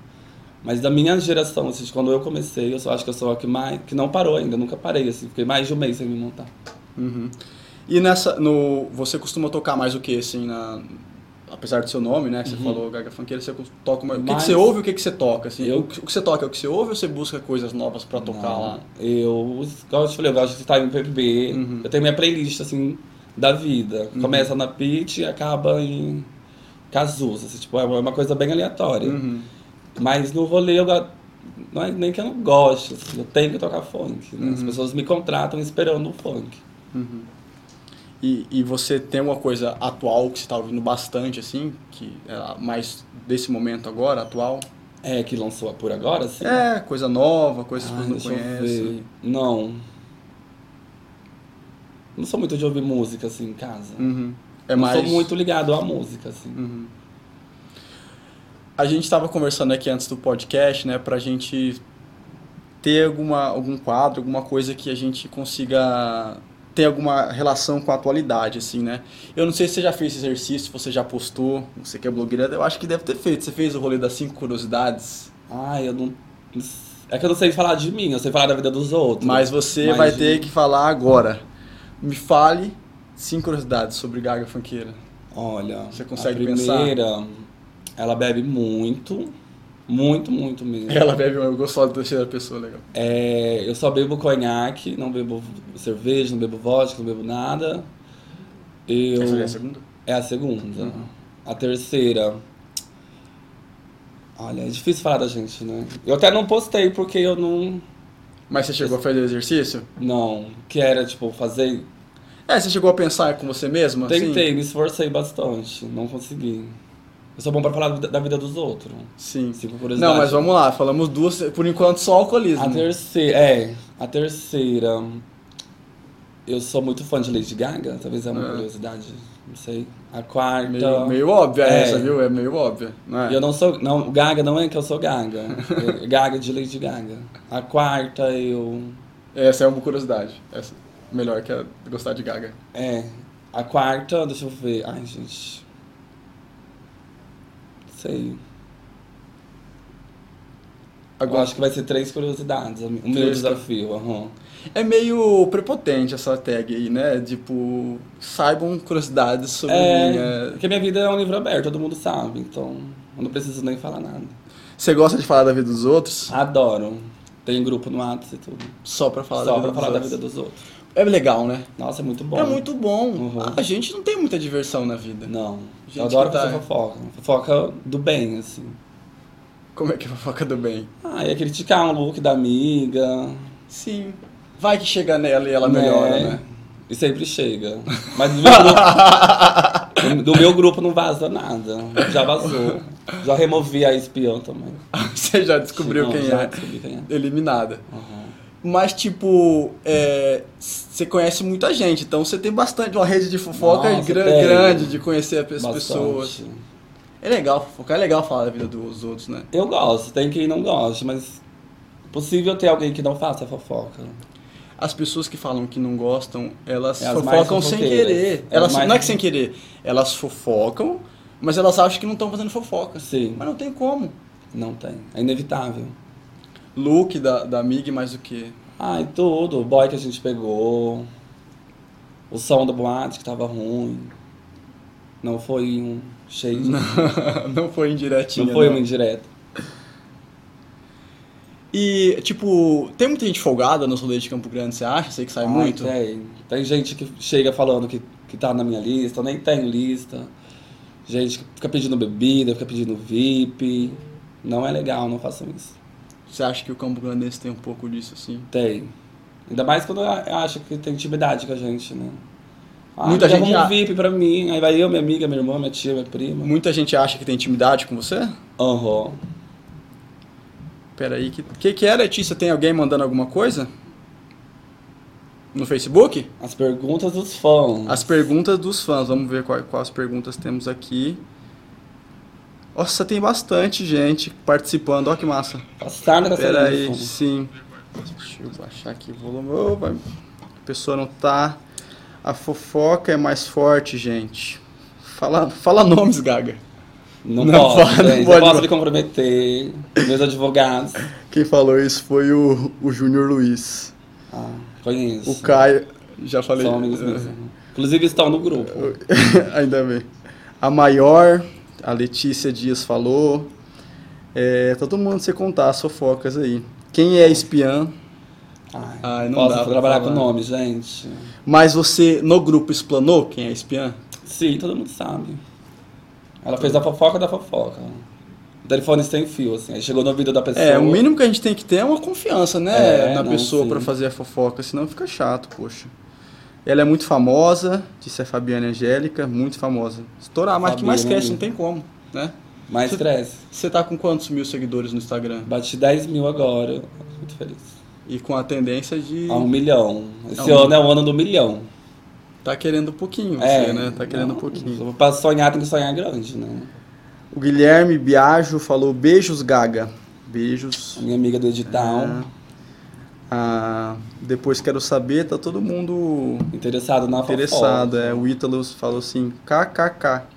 [SPEAKER 2] Mas da minha geração, assim, de quando eu comecei, eu só acho que eu sou a que mais que não parou ainda, nunca parei, assim, fiquei mais de um mês sem me montar.
[SPEAKER 1] Uhum. E nessa, no, você costuma tocar mais o que, assim, na, apesar do seu nome, né, que você falou Gaga Funkeira, você cos- toca mais, o que, que
[SPEAKER 2] Uhum. Mas-
[SPEAKER 1] você ouve e o que, que você toca, assim,
[SPEAKER 2] Eu-
[SPEAKER 1] o, que, o que você toca é o que você ouve ou você busca coisas novas pra tocar lá?
[SPEAKER 2] Eu, como eu te falei, eu gosto de estar em PPB,
[SPEAKER 1] Uhum.
[SPEAKER 2] eu tenho minha playlist, assim, da vida. Começa na Pit e acaba em Cazuza, assim, tipo, é uma coisa bem aleatória.
[SPEAKER 1] Uhum.
[SPEAKER 2] Mas no rolê eu go- não é nem que eu não goste, assim, eu tenho que tocar funk. né? As
[SPEAKER 1] Uhum.
[SPEAKER 2] pessoas me contratam esperando o funk.
[SPEAKER 1] Uhum. E, e você tem uma coisa atual que você tá ouvindo bastante, assim, que é mais desse momento agora, atual?
[SPEAKER 2] É que lançou por agora, assim?
[SPEAKER 1] É, coisa nova, coisas que
[SPEAKER 2] Ai,
[SPEAKER 1] você não
[SPEAKER 2] Ah, deixa eu
[SPEAKER 1] conhece.
[SPEAKER 2] ver. Não. Não sou muito de ouvir música assim em casa.
[SPEAKER 1] Uhum. É
[SPEAKER 2] não
[SPEAKER 1] mais...
[SPEAKER 2] sou muito ligado à música, assim.
[SPEAKER 1] Uhum. A gente estava conversando aqui antes do podcast, né, pra gente ter alguma, algum quadro, alguma coisa que a gente consiga ter alguma relação com a atualidade, assim, né? Eu não sei se você já fez esse exercício, se você já postou, você que é blogueira, eu acho que deve ter feito. Você fez o rolê das cinco curiosidades,
[SPEAKER 2] Ai, eu não. É que eu não sei falar de mim, eu sei falar da vida dos outros.
[SPEAKER 1] mas você
[SPEAKER 2] Mas
[SPEAKER 1] vai
[SPEAKER 2] de-
[SPEAKER 1] ter que falar agora. Me fale cinco curiosidades sobre Gaga Funkeira.
[SPEAKER 2] Olha,
[SPEAKER 1] Você consegue
[SPEAKER 2] a primeira, ela bebe muito. Muito, muito mesmo.
[SPEAKER 1] Ela bebe, um, eu gosto só da terceira pessoa, legal.
[SPEAKER 2] É, eu só bebo conhaque, não bebo cerveja, não bebo vodka, não bebo nada. Eu...
[SPEAKER 1] Essa já é a segunda?
[SPEAKER 2] É a segunda.
[SPEAKER 1] Uhum.
[SPEAKER 2] A terceira. Olha, é difícil falar da gente, né? Eu até não postei porque eu não.
[SPEAKER 1] Mas você chegou a fazer o exercício?
[SPEAKER 2] Não. Que era, tipo, fazer.
[SPEAKER 1] É, você chegou a pensar com você mesmo? assim?
[SPEAKER 2] Tentei, me esforcei bastante. Não consegui. Eu sou bom pra falar da da vida dos outros. Tipo,
[SPEAKER 1] Sim.
[SPEAKER 2] Cinco
[SPEAKER 1] Não,
[SPEAKER 2] curiosidades.
[SPEAKER 1] mas vamos lá, falamos duas, por enquanto só alcoolismo.
[SPEAKER 2] A terceira, é, a terceira. Eu sou muito fã de Lady Gaga, talvez é uma
[SPEAKER 1] É.
[SPEAKER 2] curiosidade, não sei. A quarta.
[SPEAKER 1] Meio, meio óbvia
[SPEAKER 2] É.
[SPEAKER 1] essa, viu? É meio óbvia, não é?
[SPEAKER 2] Eu não sou, não, Gaga não é que eu sou Gaga. É Gaga de Lady Gaga. A quarta eu
[SPEAKER 1] Essa é uma curiosidade. Essa, melhor que a- gostar de gaga.
[SPEAKER 2] é, a quarta, deixa eu ver. Ai, gente. Sei. Eu
[SPEAKER 1] Agora,
[SPEAKER 2] acho que vai ser três curiosidades, o meu
[SPEAKER 1] Três.
[SPEAKER 2] desafio, aham.
[SPEAKER 1] É meio prepotente essa tag aí, né? Tipo, saibam curiosidades sobre mim.
[SPEAKER 2] É,
[SPEAKER 1] é.
[SPEAKER 2] porque minha vida é um livro aberto, todo mundo sabe, então eu não preciso nem falar nada.
[SPEAKER 1] Você gosta de falar da vida dos outros?
[SPEAKER 2] Adoro. Tem grupo no Atos e tudo.
[SPEAKER 1] Só pra falar,
[SPEAKER 2] Só
[SPEAKER 1] da,
[SPEAKER 2] pra
[SPEAKER 1] vida
[SPEAKER 2] falar da
[SPEAKER 1] dos
[SPEAKER 2] vida
[SPEAKER 1] outros.
[SPEAKER 2] dos outros.
[SPEAKER 1] É legal, né?
[SPEAKER 2] Nossa, é muito bom.
[SPEAKER 1] É muito bom.
[SPEAKER 2] Uhum.
[SPEAKER 1] A gente não tem muita diversão na vida. né?
[SPEAKER 2] Não.
[SPEAKER 1] Gente
[SPEAKER 2] eu adoro
[SPEAKER 1] que tá-
[SPEAKER 2] fazer fofoca. Fofoca do bem, assim.
[SPEAKER 1] Como é que é a fofoca do bem?
[SPEAKER 2] Ah, ia criticar um look da amiga.
[SPEAKER 1] Sim. Vai
[SPEAKER 2] É.
[SPEAKER 1] que chega nela e ela melhora, né?
[SPEAKER 2] E sempre chega. Mas no meu grupo, Do- Do meu grupo não vaza nada. Já vazou. Já removi a espião também.
[SPEAKER 1] Você já descobriu
[SPEAKER 2] Não,
[SPEAKER 1] Ah, quem
[SPEAKER 2] já
[SPEAKER 1] é.
[SPEAKER 2] descobri quem é.
[SPEAKER 1] Eliminada.
[SPEAKER 2] Aham.
[SPEAKER 1] Mas, tipo, é, você conhece muita gente, então você tem bastante, uma rede de fofoca
[SPEAKER 2] Nossa,
[SPEAKER 1] gran-
[SPEAKER 2] tem.
[SPEAKER 1] grande de conhecer as
[SPEAKER 2] Bastante.
[SPEAKER 1] pessoas. É legal fofocar, é legal falar da vida dos outros, né?
[SPEAKER 2] Eu gosto, tem quem não goste, mas é possível ter alguém que não faça fofoca.
[SPEAKER 1] As pessoas que falam que não gostam, elas
[SPEAKER 2] É, as mais
[SPEAKER 1] fofocam sem
[SPEAKER 2] fofoqueiras.
[SPEAKER 1] querer.
[SPEAKER 2] As
[SPEAKER 1] Elas,
[SPEAKER 2] mais-
[SPEAKER 1] Não é que sem querer, elas fofocam, mas elas acham que não estão fazendo fofoca.
[SPEAKER 2] Sim,
[SPEAKER 1] Mas não tem como.
[SPEAKER 2] não tem. É inevitável.
[SPEAKER 1] Look da, da Mig mais o que?
[SPEAKER 2] Ai, tudo. O boy que a gente pegou. O som da boate que tava ruim. Não foi um cheio de... Não,
[SPEAKER 1] não foi indiretinha. né?
[SPEAKER 2] foi
[SPEAKER 1] não.
[SPEAKER 2] um indireto.
[SPEAKER 1] E, tipo, tem muita gente folgada nos rolês de Campo Grande, você acha? Sei que sai
[SPEAKER 2] Ai,
[SPEAKER 1] Tá muito.
[SPEAKER 2] Tem. Tem gente que chega falando que, que tá na minha lista, eu nem tenho lista. Gente que fica pedindo bebida, fica pedindo VIP. Não é legal, não façam isso.
[SPEAKER 1] Você acha que o Campo Grandense tem um pouco disso, assim?
[SPEAKER 2] Tem. Ainda mais quando a- acha que tem intimidade com a gente, né? Ah,
[SPEAKER 1] Muita
[SPEAKER 2] me dá
[SPEAKER 1] gente
[SPEAKER 2] um
[SPEAKER 1] já-
[SPEAKER 2] VIP pra mim. Aí vai eu, minha amiga, minha irmã, minha tia, minha prima.
[SPEAKER 1] Muita gente acha que tem intimidade com você?
[SPEAKER 2] Aham.
[SPEAKER 1] Peraí, que que, que é, Letícia? Tem alguém mandando alguma coisa? No Facebook?
[SPEAKER 2] As perguntas dos fãs.
[SPEAKER 1] As perguntas dos fãs. Vamos ver qual- quais perguntas temos aqui. Nossa, tem bastante gente participando. Olha que massa.
[SPEAKER 2] Passaram com essa
[SPEAKER 1] Peraí,
[SPEAKER 2] lista.
[SPEAKER 1] sim. Deixa eu baixar aqui o volume. Ô, vai- A pessoa não tá. A fofoca é mais forte, gente. Fala, fala nomes, Gaga.
[SPEAKER 2] Não,
[SPEAKER 1] Não
[SPEAKER 2] posso,
[SPEAKER 1] pode, não
[SPEAKER 2] gente.
[SPEAKER 1] pode.
[SPEAKER 2] Eu posso me comprometer. Meus advogados.
[SPEAKER 1] Quem falou isso foi o, o Júnior Luiz.
[SPEAKER 2] Ah, conheço.
[SPEAKER 1] O Caio. Já falei. é.
[SPEAKER 2] São amigos né? mesmo. Inclusive estão no grupo.
[SPEAKER 1] Ainda bem. A maior, a Letícia Dias falou. É, tá todo mundo você contar as fofocas aí. Quem é espiã?
[SPEAKER 2] Ai,
[SPEAKER 1] Ai, não
[SPEAKER 2] posso
[SPEAKER 1] dá pra
[SPEAKER 2] trabalhar
[SPEAKER 1] falar.
[SPEAKER 2] com nome, gente.
[SPEAKER 1] Mas você no grupo explanou quem é espiã?
[SPEAKER 2] Sim, todo mundo sabe. Ela fez a fofoca da fofoca. O telefone sem fio, assim. Aí chegou no ouvido da pessoa.
[SPEAKER 1] É, o mínimo que a gente tem que ter é uma confiança, né?
[SPEAKER 2] É,
[SPEAKER 1] na
[SPEAKER 2] não,
[SPEAKER 1] pessoa
[SPEAKER 2] sim.
[SPEAKER 1] pra fazer a fofoca, senão fica chato, poxa. Ela é muito famosa, disse a Fabiana Angélica, muito famosa. Estourar, mas que mais
[SPEAKER 2] Fabiana.
[SPEAKER 1] cresce, não tem como, né?
[SPEAKER 2] Mais estresse.
[SPEAKER 1] Você tá com quantos mil seguidores no Instagram?
[SPEAKER 2] Bati 10 mil agora. Muito feliz.
[SPEAKER 1] E com a tendência de.
[SPEAKER 2] A um milhão. Esse
[SPEAKER 1] É um-
[SPEAKER 2] ano é o ano do milhão.
[SPEAKER 1] Tá querendo um pouquinho, você, né? Tá querendo um
[SPEAKER 2] É, não,
[SPEAKER 1] pouquinho.
[SPEAKER 2] Pra sonhar, tem que sonhar grande, né?
[SPEAKER 1] O Guilherme Biagio falou beijos, Gaga. Beijos.
[SPEAKER 2] A minha amiga do edital,
[SPEAKER 1] Ah, depois quero saber, tá todo mundo
[SPEAKER 2] interessado na fofoca.
[SPEAKER 1] interessado. É, o Ítalo falou assim, kkk,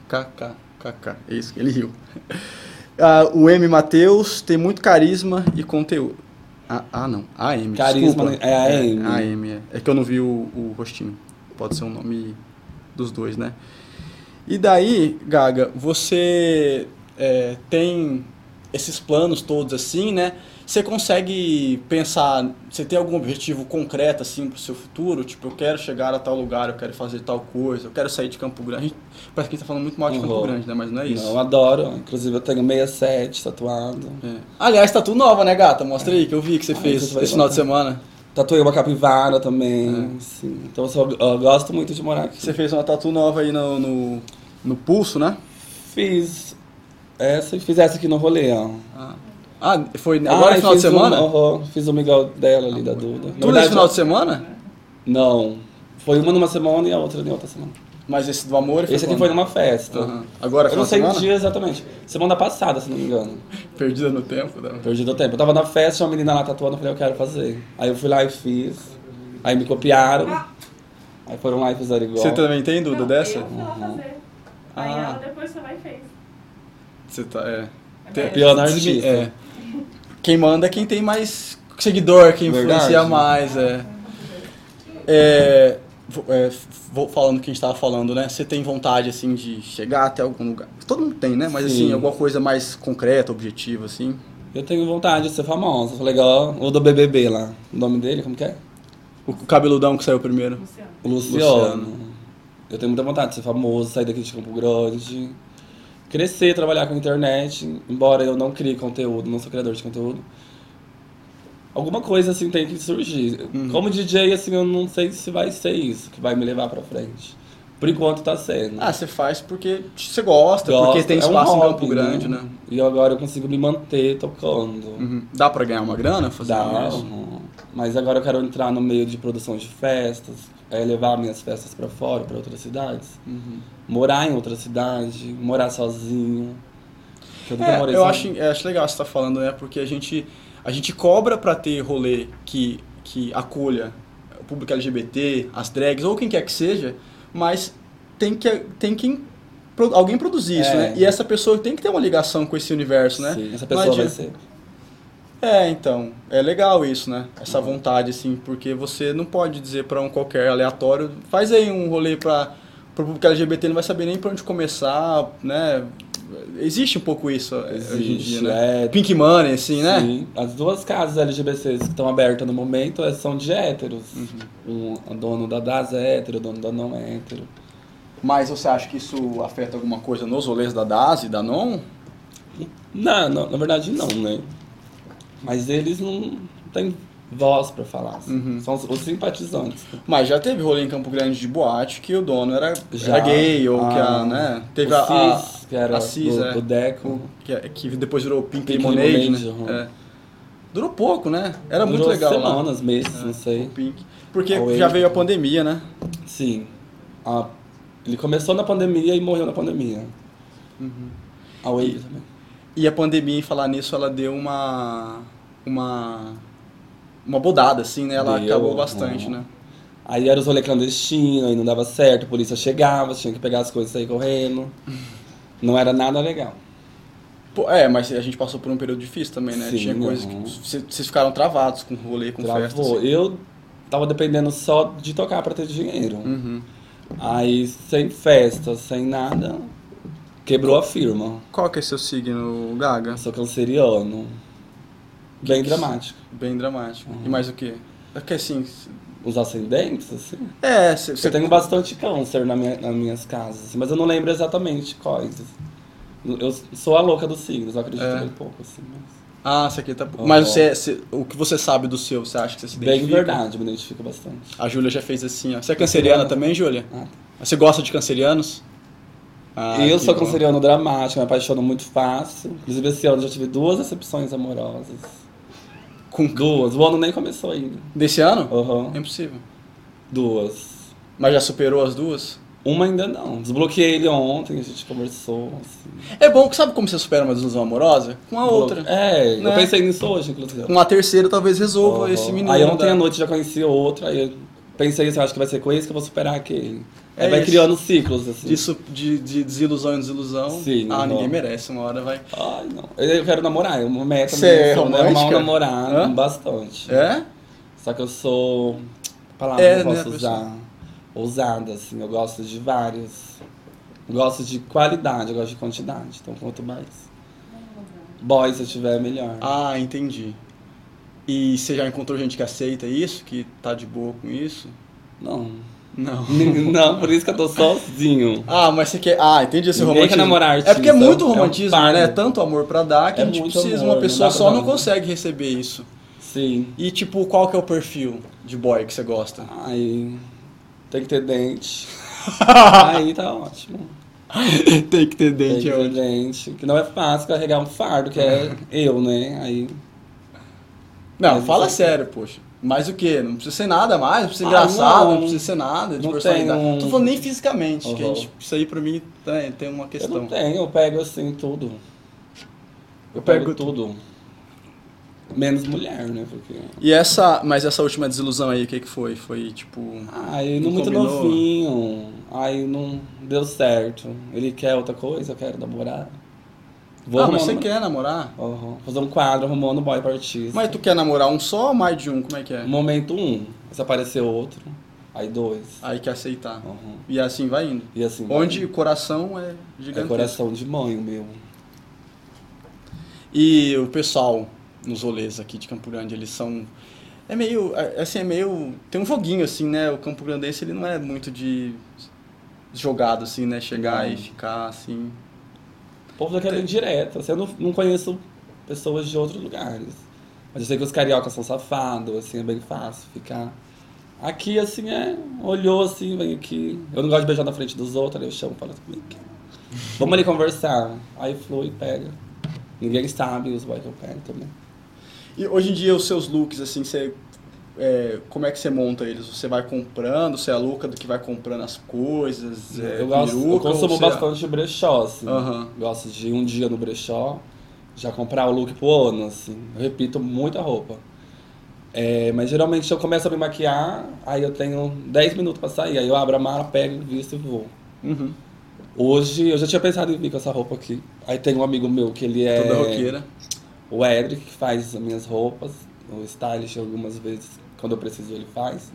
[SPEAKER 1] kkk, kkk. É isso que ele riu. Ah, o M. Matheus tem muito carisma e conteúdo. Ah, ah, não. AM,
[SPEAKER 2] Carisma,
[SPEAKER 1] desculpa.
[SPEAKER 2] é AM.
[SPEAKER 1] É, AM, é. É que eu não vi o, o rostinho. Pode ser um nome dos dois, né? E daí, Gaga, você é, tem esses planos todos assim, né? Você consegue pensar, você tem algum objetivo concreto assim pro seu futuro? Tipo, eu quero chegar a tal lugar, eu quero fazer tal coisa, eu quero sair de Campo Grande. Parece que a gente tá falando muito mal de
[SPEAKER 2] Uhum.
[SPEAKER 1] Campo Grande, né? Mas não é isso.
[SPEAKER 2] Não, adoro. Inclusive, eu tenho 67 tatuado.
[SPEAKER 1] É. Aliás, tatu nova, né, gata? Mostra aí que eu vi que você
[SPEAKER 2] Ah,
[SPEAKER 1] fez
[SPEAKER 2] isso vai
[SPEAKER 1] esse final de semana.
[SPEAKER 2] Tatuei uma capivara também, sim. Então eu, sou- eu gosto muito de morar aqui.
[SPEAKER 1] É. Você fez uma tatu nova aí no, no, no pulso, né?
[SPEAKER 2] Fiz essa e fiz essa aqui no rolê, ó.
[SPEAKER 1] Ah, Ah, foi agora
[SPEAKER 2] Ah,
[SPEAKER 1] no
[SPEAKER 2] e
[SPEAKER 1] final de
[SPEAKER 2] fiz
[SPEAKER 1] semana? Ah,
[SPEAKER 2] Um, aham, fiz um igual dela ali, da Duda. Na
[SPEAKER 1] Tudo esse
[SPEAKER 2] verdade,
[SPEAKER 1] final de semana?
[SPEAKER 2] Não. Foi uma numa semana e a outra em outra semana.
[SPEAKER 1] Mas esse do amor né?
[SPEAKER 2] Esse aqui foi numa festa.
[SPEAKER 1] Aham. Agora
[SPEAKER 2] Eu não
[SPEAKER 1] final de
[SPEAKER 2] sei o
[SPEAKER 1] semana?
[SPEAKER 2] dia exatamente. Semana passada, se não me engano.
[SPEAKER 1] Perdida no tempo, né?
[SPEAKER 2] Perdi do tempo. Eu tava na festa, tinha uma menina lá tatuando, eu falei, eu quero fazer. Aí eu fui lá e fiz. Aí me copiaram. Aí foram lá e fizeram igual.
[SPEAKER 1] Você tá- também tem Duda
[SPEAKER 3] Não,
[SPEAKER 1] dessa?
[SPEAKER 3] Eu fui lá fazer. Aí
[SPEAKER 1] Ah.
[SPEAKER 3] ela depois foi lá e fez.
[SPEAKER 1] Você tá, é.
[SPEAKER 3] Tem-
[SPEAKER 2] Pior na
[SPEAKER 1] Desmi-
[SPEAKER 2] artista.
[SPEAKER 1] é. Quem manda é quem tem mais seguidor, quem
[SPEAKER 2] Verdade.
[SPEAKER 1] influencia mais, é. É, vo- é, vou falando o que a gente tava falando, né? Você tem vontade, assim, de chegar até algum lugar. Todo mundo tem, né? Mas, assim,
[SPEAKER 2] Sim.
[SPEAKER 1] alguma coisa mais concreta, objetiva, assim.
[SPEAKER 2] Eu tenho vontade de ser famosa. Falei igual o do BBB lá. O nome dele, como que é?
[SPEAKER 1] O cabeludão que saiu primeiro.
[SPEAKER 3] Luciano.
[SPEAKER 2] O
[SPEAKER 1] Luciano.
[SPEAKER 2] Luciano. Eu tenho muita vontade de ser famoso, sair daqui de Campo Grande. Crescer, trabalhar com internet. Embora eu não crie conteúdo, não sou criador de conteúdo. Alguma coisa assim tem
[SPEAKER 1] Uhum.
[SPEAKER 2] que surgir. Como DJ, assim, eu não sei se vai ser isso que vai me levar pra frente. Por enquanto tá sendo.
[SPEAKER 1] Ah, você faz porque você gosta, porque
[SPEAKER 2] Gosto,
[SPEAKER 1] tem
[SPEAKER 2] é um
[SPEAKER 1] espaço em Campo
[SPEAKER 2] hobby,
[SPEAKER 1] Grande, né?
[SPEAKER 2] E agora eu consigo me manter tocando.
[SPEAKER 1] Uhum. Dá pra ganhar uma grana fazendo
[SPEAKER 2] Dá,
[SPEAKER 1] isso?
[SPEAKER 2] uhum. mas agora eu quero entrar no meio de produção de festas, é, levar minhas festas pra fora, pra outras cidades,
[SPEAKER 1] Uhum.
[SPEAKER 2] morar em outra cidade, morar sozinho. que eu nunca
[SPEAKER 1] É,
[SPEAKER 2] morei
[SPEAKER 1] eu acho,
[SPEAKER 2] sozinho.
[SPEAKER 1] eu acho legal você estar falando, né? Porque a gente, a gente cobra pra ter rolê que, que acolha o público LGBT, as drags, ou quem quer que seja, mas tem que tem quem, pro- alguém produzir isso,
[SPEAKER 2] É.
[SPEAKER 1] né? E essa pessoa tem que ter uma ligação com esse universo, né?
[SPEAKER 2] Sim, essa
[SPEAKER 1] Não
[SPEAKER 2] pessoa vai
[SPEAKER 1] adianta.
[SPEAKER 2] ser.
[SPEAKER 1] É, então, é legal isso, né? Essa vontade, assim, porque você não pode dizer pra um qualquer aleatório, faz aí um rolê pra pro público LGBT, ele não vai saber nem pra onde começar, né? Existe um pouco isso eh, hoje em dia,
[SPEAKER 2] Existe,
[SPEAKER 1] né?
[SPEAKER 2] é,
[SPEAKER 1] Pink Money, assim, né?
[SPEAKER 2] Sim, as duas casas LGBTs que estão abertas no momento é- são de héteros.
[SPEAKER 1] Uhum.
[SPEAKER 2] Um, o dono da DAS é hétero, o dono da não é hétero.
[SPEAKER 1] Mas você acha que isso afeta alguma coisa nos rolês da DAS e da NON?
[SPEAKER 2] Não, não, na verdade não, né? Mas eles não têm voz pra falar. assim.
[SPEAKER 1] Uhum.
[SPEAKER 2] São os, os simpatizantes.
[SPEAKER 1] Mas já teve rolê em Campo Grande de boate que o dono era,
[SPEAKER 2] Já.
[SPEAKER 1] era gay, ou que a,
[SPEAKER 2] Ah,
[SPEAKER 1] né? Teve
[SPEAKER 2] o
[SPEAKER 1] a, a-
[SPEAKER 2] Cis, que era
[SPEAKER 1] a Cis,
[SPEAKER 2] do,
[SPEAKER 1] é.
[SPEAKER 2] do Deco.
[SPEAKER 1] que, é, que depois virou Pink,
[SPEAKER 2] Pink
[SPEAKER 1] Lemonade,
[SPEAKER 2] Lemonade,
[SPEAKER 1] né?
[SPEAKER 2] uhum.
[SPEAKER 1] É. Durou pouco, né? Era muito
[SPEAKER 2] Durou né?
[SPEAKER 1] legal lá. É.
[SPEAKER 2] semanas, meses, não sei.
[SPEAKER 1] O Pink. Porque
[SPEAKER 2] Ao
[SPEAKER 1] já
[SPEAKER 2] Wave.
[SPEAKER 1] veio a pandemia, né?
[SPEAKER 2] Sim. A- ele começou na pandemia e morreu na pandemia. A Wave também.
[SPEAKER 1] Uhum. E a pandemia, em falar nisso, ela deu uma. uma. uma bodada, assim, né? Ela
[SPEAKER 2] Deu,
[SPEAKER 1] acabou bastante,
[SPEAKER 2] uhum.
[SPEAKER 1] né?
[SPEAKER 2] Aí era os rolê clandestino, aí não dava certo, a polícia chegava, tinha que pegar as coisas e sair correndo. Não era nada legal.
[SPEAKER 1] Pô, é, mas a gente passou por um período difícil também, né?
[SPEAKER 2] Sim,
[SPEAKER 1] Tinha coisas que
[SPEAKER 2] uhum.
[SPEAKER 1] vocês vocês ficaram travados com rolê, com festa.
[SPEAKER 2] Travou.
[SPEAKER 1] assim.
[SPEAKER 2] Eu tava dependendo só de tocar pra ter dinheiro.
[SPEAKER 1] Uhum.
[SPEAKER 2] Aí, sem festa, sem nada, quebrou a firma.
[SPEAKER 1] Qual que é seu signo, Gaga?
[SPEAKER 2] Eu sou canceriano. Bem dramático.
[SPEAKER 1] Bem dramático. E mais o quê? É que assim.
[SPEAKER 2] Os ascendentes, assim.
[SPEAKER 1] É, você.
[SPEAKER 2] Eu tenho bastante câncer na minha, nas minhas casas, assim, mas eu não lembro exatamente quais. assim. Eu sou a louca dos signos, eu acredito
[SPEAKER 1] É.
[SPEAKER 2] bem pouco, assim. Mas...
[SPEAKER 1] Ah, isso aqui tá. pouco.
[SPEAKER 2] Uhum.
[SPEAKER 1] Mas você, você- o que você sabe do seu, você acha que você se
[SPEAKER 2] Bem
[SPEAKER 1] identifica?
[SPEAKER 2] verdade, me identifico bastante.
[SPEAKER 1] A Júlia já fez assim, ó. Você é canceriana também, Júlia?
[SPEAKER 2] Ah,
[SPEAKER 1] Você gosta de cancerianos? Ah,
[SPEAKER 2] eu
[SPEAKER 1] que
[SPEAKER 2] sou
[SPEAKER 1] bom.
[SPEAKER 2] canceriano dramático, me apaixono muito fácil. Inclusive, esse ano eu já tive duas decepções amorosas.
[SPEAKER 1] Com...
[SPEAKER 2] Duas. O ano nem começou ainda.
[SPEAKER 1] Desse ano?
[SPEAKER 2] Aham.
[SPEAKER 1] É impossível.
[SPEAKER 2] Duas.
[SPEAKER 1] Mas já superou as duas?
[SPEAKER 2] Uma ainda não. Desbloqueei ele ontem, a gente conversou. Assim.
[SPEAKER 1] É bom que sabe como você supera uma desilusão amorosa? Com a outra.
[SPEAKER 2] É,
[SPEAKER 1] Né?
[SPEAKER 2] eu pensei nisso hoje, inclusive.
[SPEAKER 1] Com a terceira talvez resolva
[SPEAKER 2] Aham.
[SPEAKER 1] esse menino.
[SPEAKER 2] Uhum. Aí ontem
[SPEAKER 1] da-
[SPEAKER 2] à noite já conheci outro, aí eu pensei assim, acho que vai ser com esse que eu vou superar aquele.
[SPEAKER 1] É
[SPEAKER 2] aí vai
[SPEAKER 1] isso.
[SPEAKER 2] criando ciclos, assim.
[SPEAKER 1] De, su- de- de desilusão em desilusão.
[SPEAKER 2] Sim,
[SPEAKER 1] ah,
[SPEAKER 2] aham.
[SPEAKER 1] ninguém merece. Uma hora vai.
[SPEAKER 2] Ai, não. Eu quero namorar, é uma meta
[SPEAKER 1] Você é
[SPEAKER 2] minha, assim, né? arrumar um
[SPEAKER 1] romântica?
[SPEAKER 2] namorado,
[SPEAKER 1] Hã?
[SPEAKER 2] bastante.
[SPEAKER 1] É?
[SPEAKER 2] Só que eu sou. que Palavra
[SPEAKER 1] É,
[SPEAKER 2] que eu
[SPEAKER 1] né,
[SPEAKER 2] posso
[SPEAKER 1] pessoal?
[SPEAKER 2] usar. Ousada, assim, eu gosto de vários. Eu Gosto de qualidade, eu gosto de quantidade. Então quanto mais. Boy, se eu tiver, melhor.
[SPEAKER 1] Ah, entendi. E você já encontrou gente que aceita isso? Que tá de boa com isso?
[SPEAKER 2] Não.
[SPEAKER 1] Não.
[SPEAKER 2] Não, por isso que eu tô sozinho.
[SPEAKER 1] Ah, mas você quer. Ah, entendi esse
[SPEAKER 2] Ninguém
[SPEAKER 1] romantismo.
[SPEAKER 2] quer namorar artista.
[SPEAKER 1] É porque é muito
[SPEAKER 2] É um
[SPEAKER 1] romantismo,
[SPEAKER 2] par.
[SPEAKER 1] né? É tanto amor pra dar que
[SPEAKER 2] É
[SPEAKER 1] a gente
[SPEAKER 2] muito
[SPEAKER 1] precisa,
[SPEAKER 2] amor,
[SPEAKER 1] uma
[SPEAKER 2] não
[SPEAKER 1] pessoa
[SPEAKER 2] dá pra
[SPEAKER 1] só
[SPEAKER 2] dar
[SPEAKER 1] não
[SPEAKER 2] nada.
[SPEAKER 1] consegue receber isso.
[SPEAKER 2] Sim.
[SPEAKER 1] E tipo, qual que é o perfil de boy que você gosta?
[SPEAKER 2] Aí. Tem que ter dente. Aí tá ótimo.
[SPEAKER 1] Tem que ter
[SPEAKER 2] Tem que
[SPEAKER 1] dente,
[SPEAKER 2] ter
[SPEAKER 1] hoje.
[SPEAKER 2] dente. Que não é fácil carregar um fardo, que é eu, né? Aí.
[SPEAKER 1] Não,
[SPEAKER 2] Mas
[SPEAKER 1] fala
[SPEAKER 2] isso
[SPEAKER 1] sério, poxa. Mas o quê? Não precisa ser nada mais, não precisa ser
[SPEAKER 2] Ah,
[SPEAKER 1] engraçado, não,
[SPEAKER 2] não.
[SPEAKER 1] precisa ser nada de
[SPEAKER 2] Não
[SPEAKER 1] personalidade.
[SPEAKER 2] tem um-
[SPEAKER 1] Não tô falando nem fisicamente, que a
[SPEAKER 2] Uhum.
[SPEAKER 1] gente, isso aí pra mim tem, tem uma
[SPEAKER 2] Eu
[SPEAKER 1] questão.
[SPEAKER 2] não tenho, eu pego assim tudo. Eu,
[SPEAKER 1] pego
[SPEAKER 2] pego, tudo. Menos mulher, né? Porque.
[SPEAKER 1] E essa, mas essa última desilusão aí, o que que foi? Foi tipo,
[SPEAKER 2] Ai,
[SPEAKER 1] Não
[SPEAKER 2] não muito
[SPEAKER 1] combinou?
[SPEAKER 2] novinho. Ai, não deu certo. Ele quer outra coisa, eu quero namorar. Vou
[SPEAKER 1] ah,
[SPEAKER 2] arrumar
[SPEAKER 1] mas você
[SPEAKER 2] um-
[SPEAKER 1] quer namorar?
[SPEAKER 2] Aham. Fazer um quadro arrumando boy pra artista.
[SPEAKER 1] Mas tu quer namorar um só ou mais de um? Como é que é?
[SPEAKER 2] Momento um, se aparecer outro, aí dois.
[SPEAKER 1] Aí quer aceitar.
[SPEAKER 2] Aham.
[SPEAKER 1] E assim vai indo.
[SPEAKER 2] E assim.
[SPEAKER 1] Onde o coração é
[SPEAKER 2] É
[SPEAKER 1] gigantesco.
[SPEAKER 2] coração de mãe o meu.
[SPEAKER 1] E o pessoal nos rolês aqui de Campo Grande, eles são. É meio. é- Assim, é meio. Tem um joguinho, assim, né? O Campo Grandense, ele não é muito de. jogado, assim, né? Chegar e
[SPEAKER 2] Não.
[SPEAKER 1] ficar, assim.
[SPEAKER 2] O povo daqui é bem direto. Assim, eu não, não conheço pessoas de outros lugares. Mas eu sei que os cariocas são safados, assim, é bem fácil ficar. Aqui, assim, é. Olhou assim, vem aqui. Eu não gosto de beijar na frente dos outros, aí eu chamo e falo, vem aqui. Vamos ali conversar. Aí flui, pega. Ninguém sabe os boys que eu pego também.
[SPEAKER 1] E hoje em dia os seus looks, assim, você. é, como é que você monta eles? Você vai comprando, você é a louca do que vai comprando as coisas? é,
[SPEAKER 2] eu, gosto, eu
[SPEAKER 1] peruca, ou
[SPEAKER 2] consumo
[SPEAKER 1] você é-
[SPEAKER 2] bastante brechó, assim.
[SPEAKER 1] Aham.
[SPEAKER 2] Gosto de ir um dia no brechó, já comprar o look pro ano, assim. Eu repito muita roupa. É, mas geralmente eu começo a me maquiar, aí eu tenho 10 minutos pra sair, aí eu abro a mala, pego, visto e vou.
[SPEAKER 1] Uhum.
[SPEAKER 2] Hoje, eu já tinha pensado em vir com essa roupa aqui. Aí tem um amigo meu que ele é
[SPEAKER 1] Toda roqueira.
[SPEAKER 2] o Edric, que faz as minhas roupas, o stylist algumas vezes, quando eu preciso ele faz.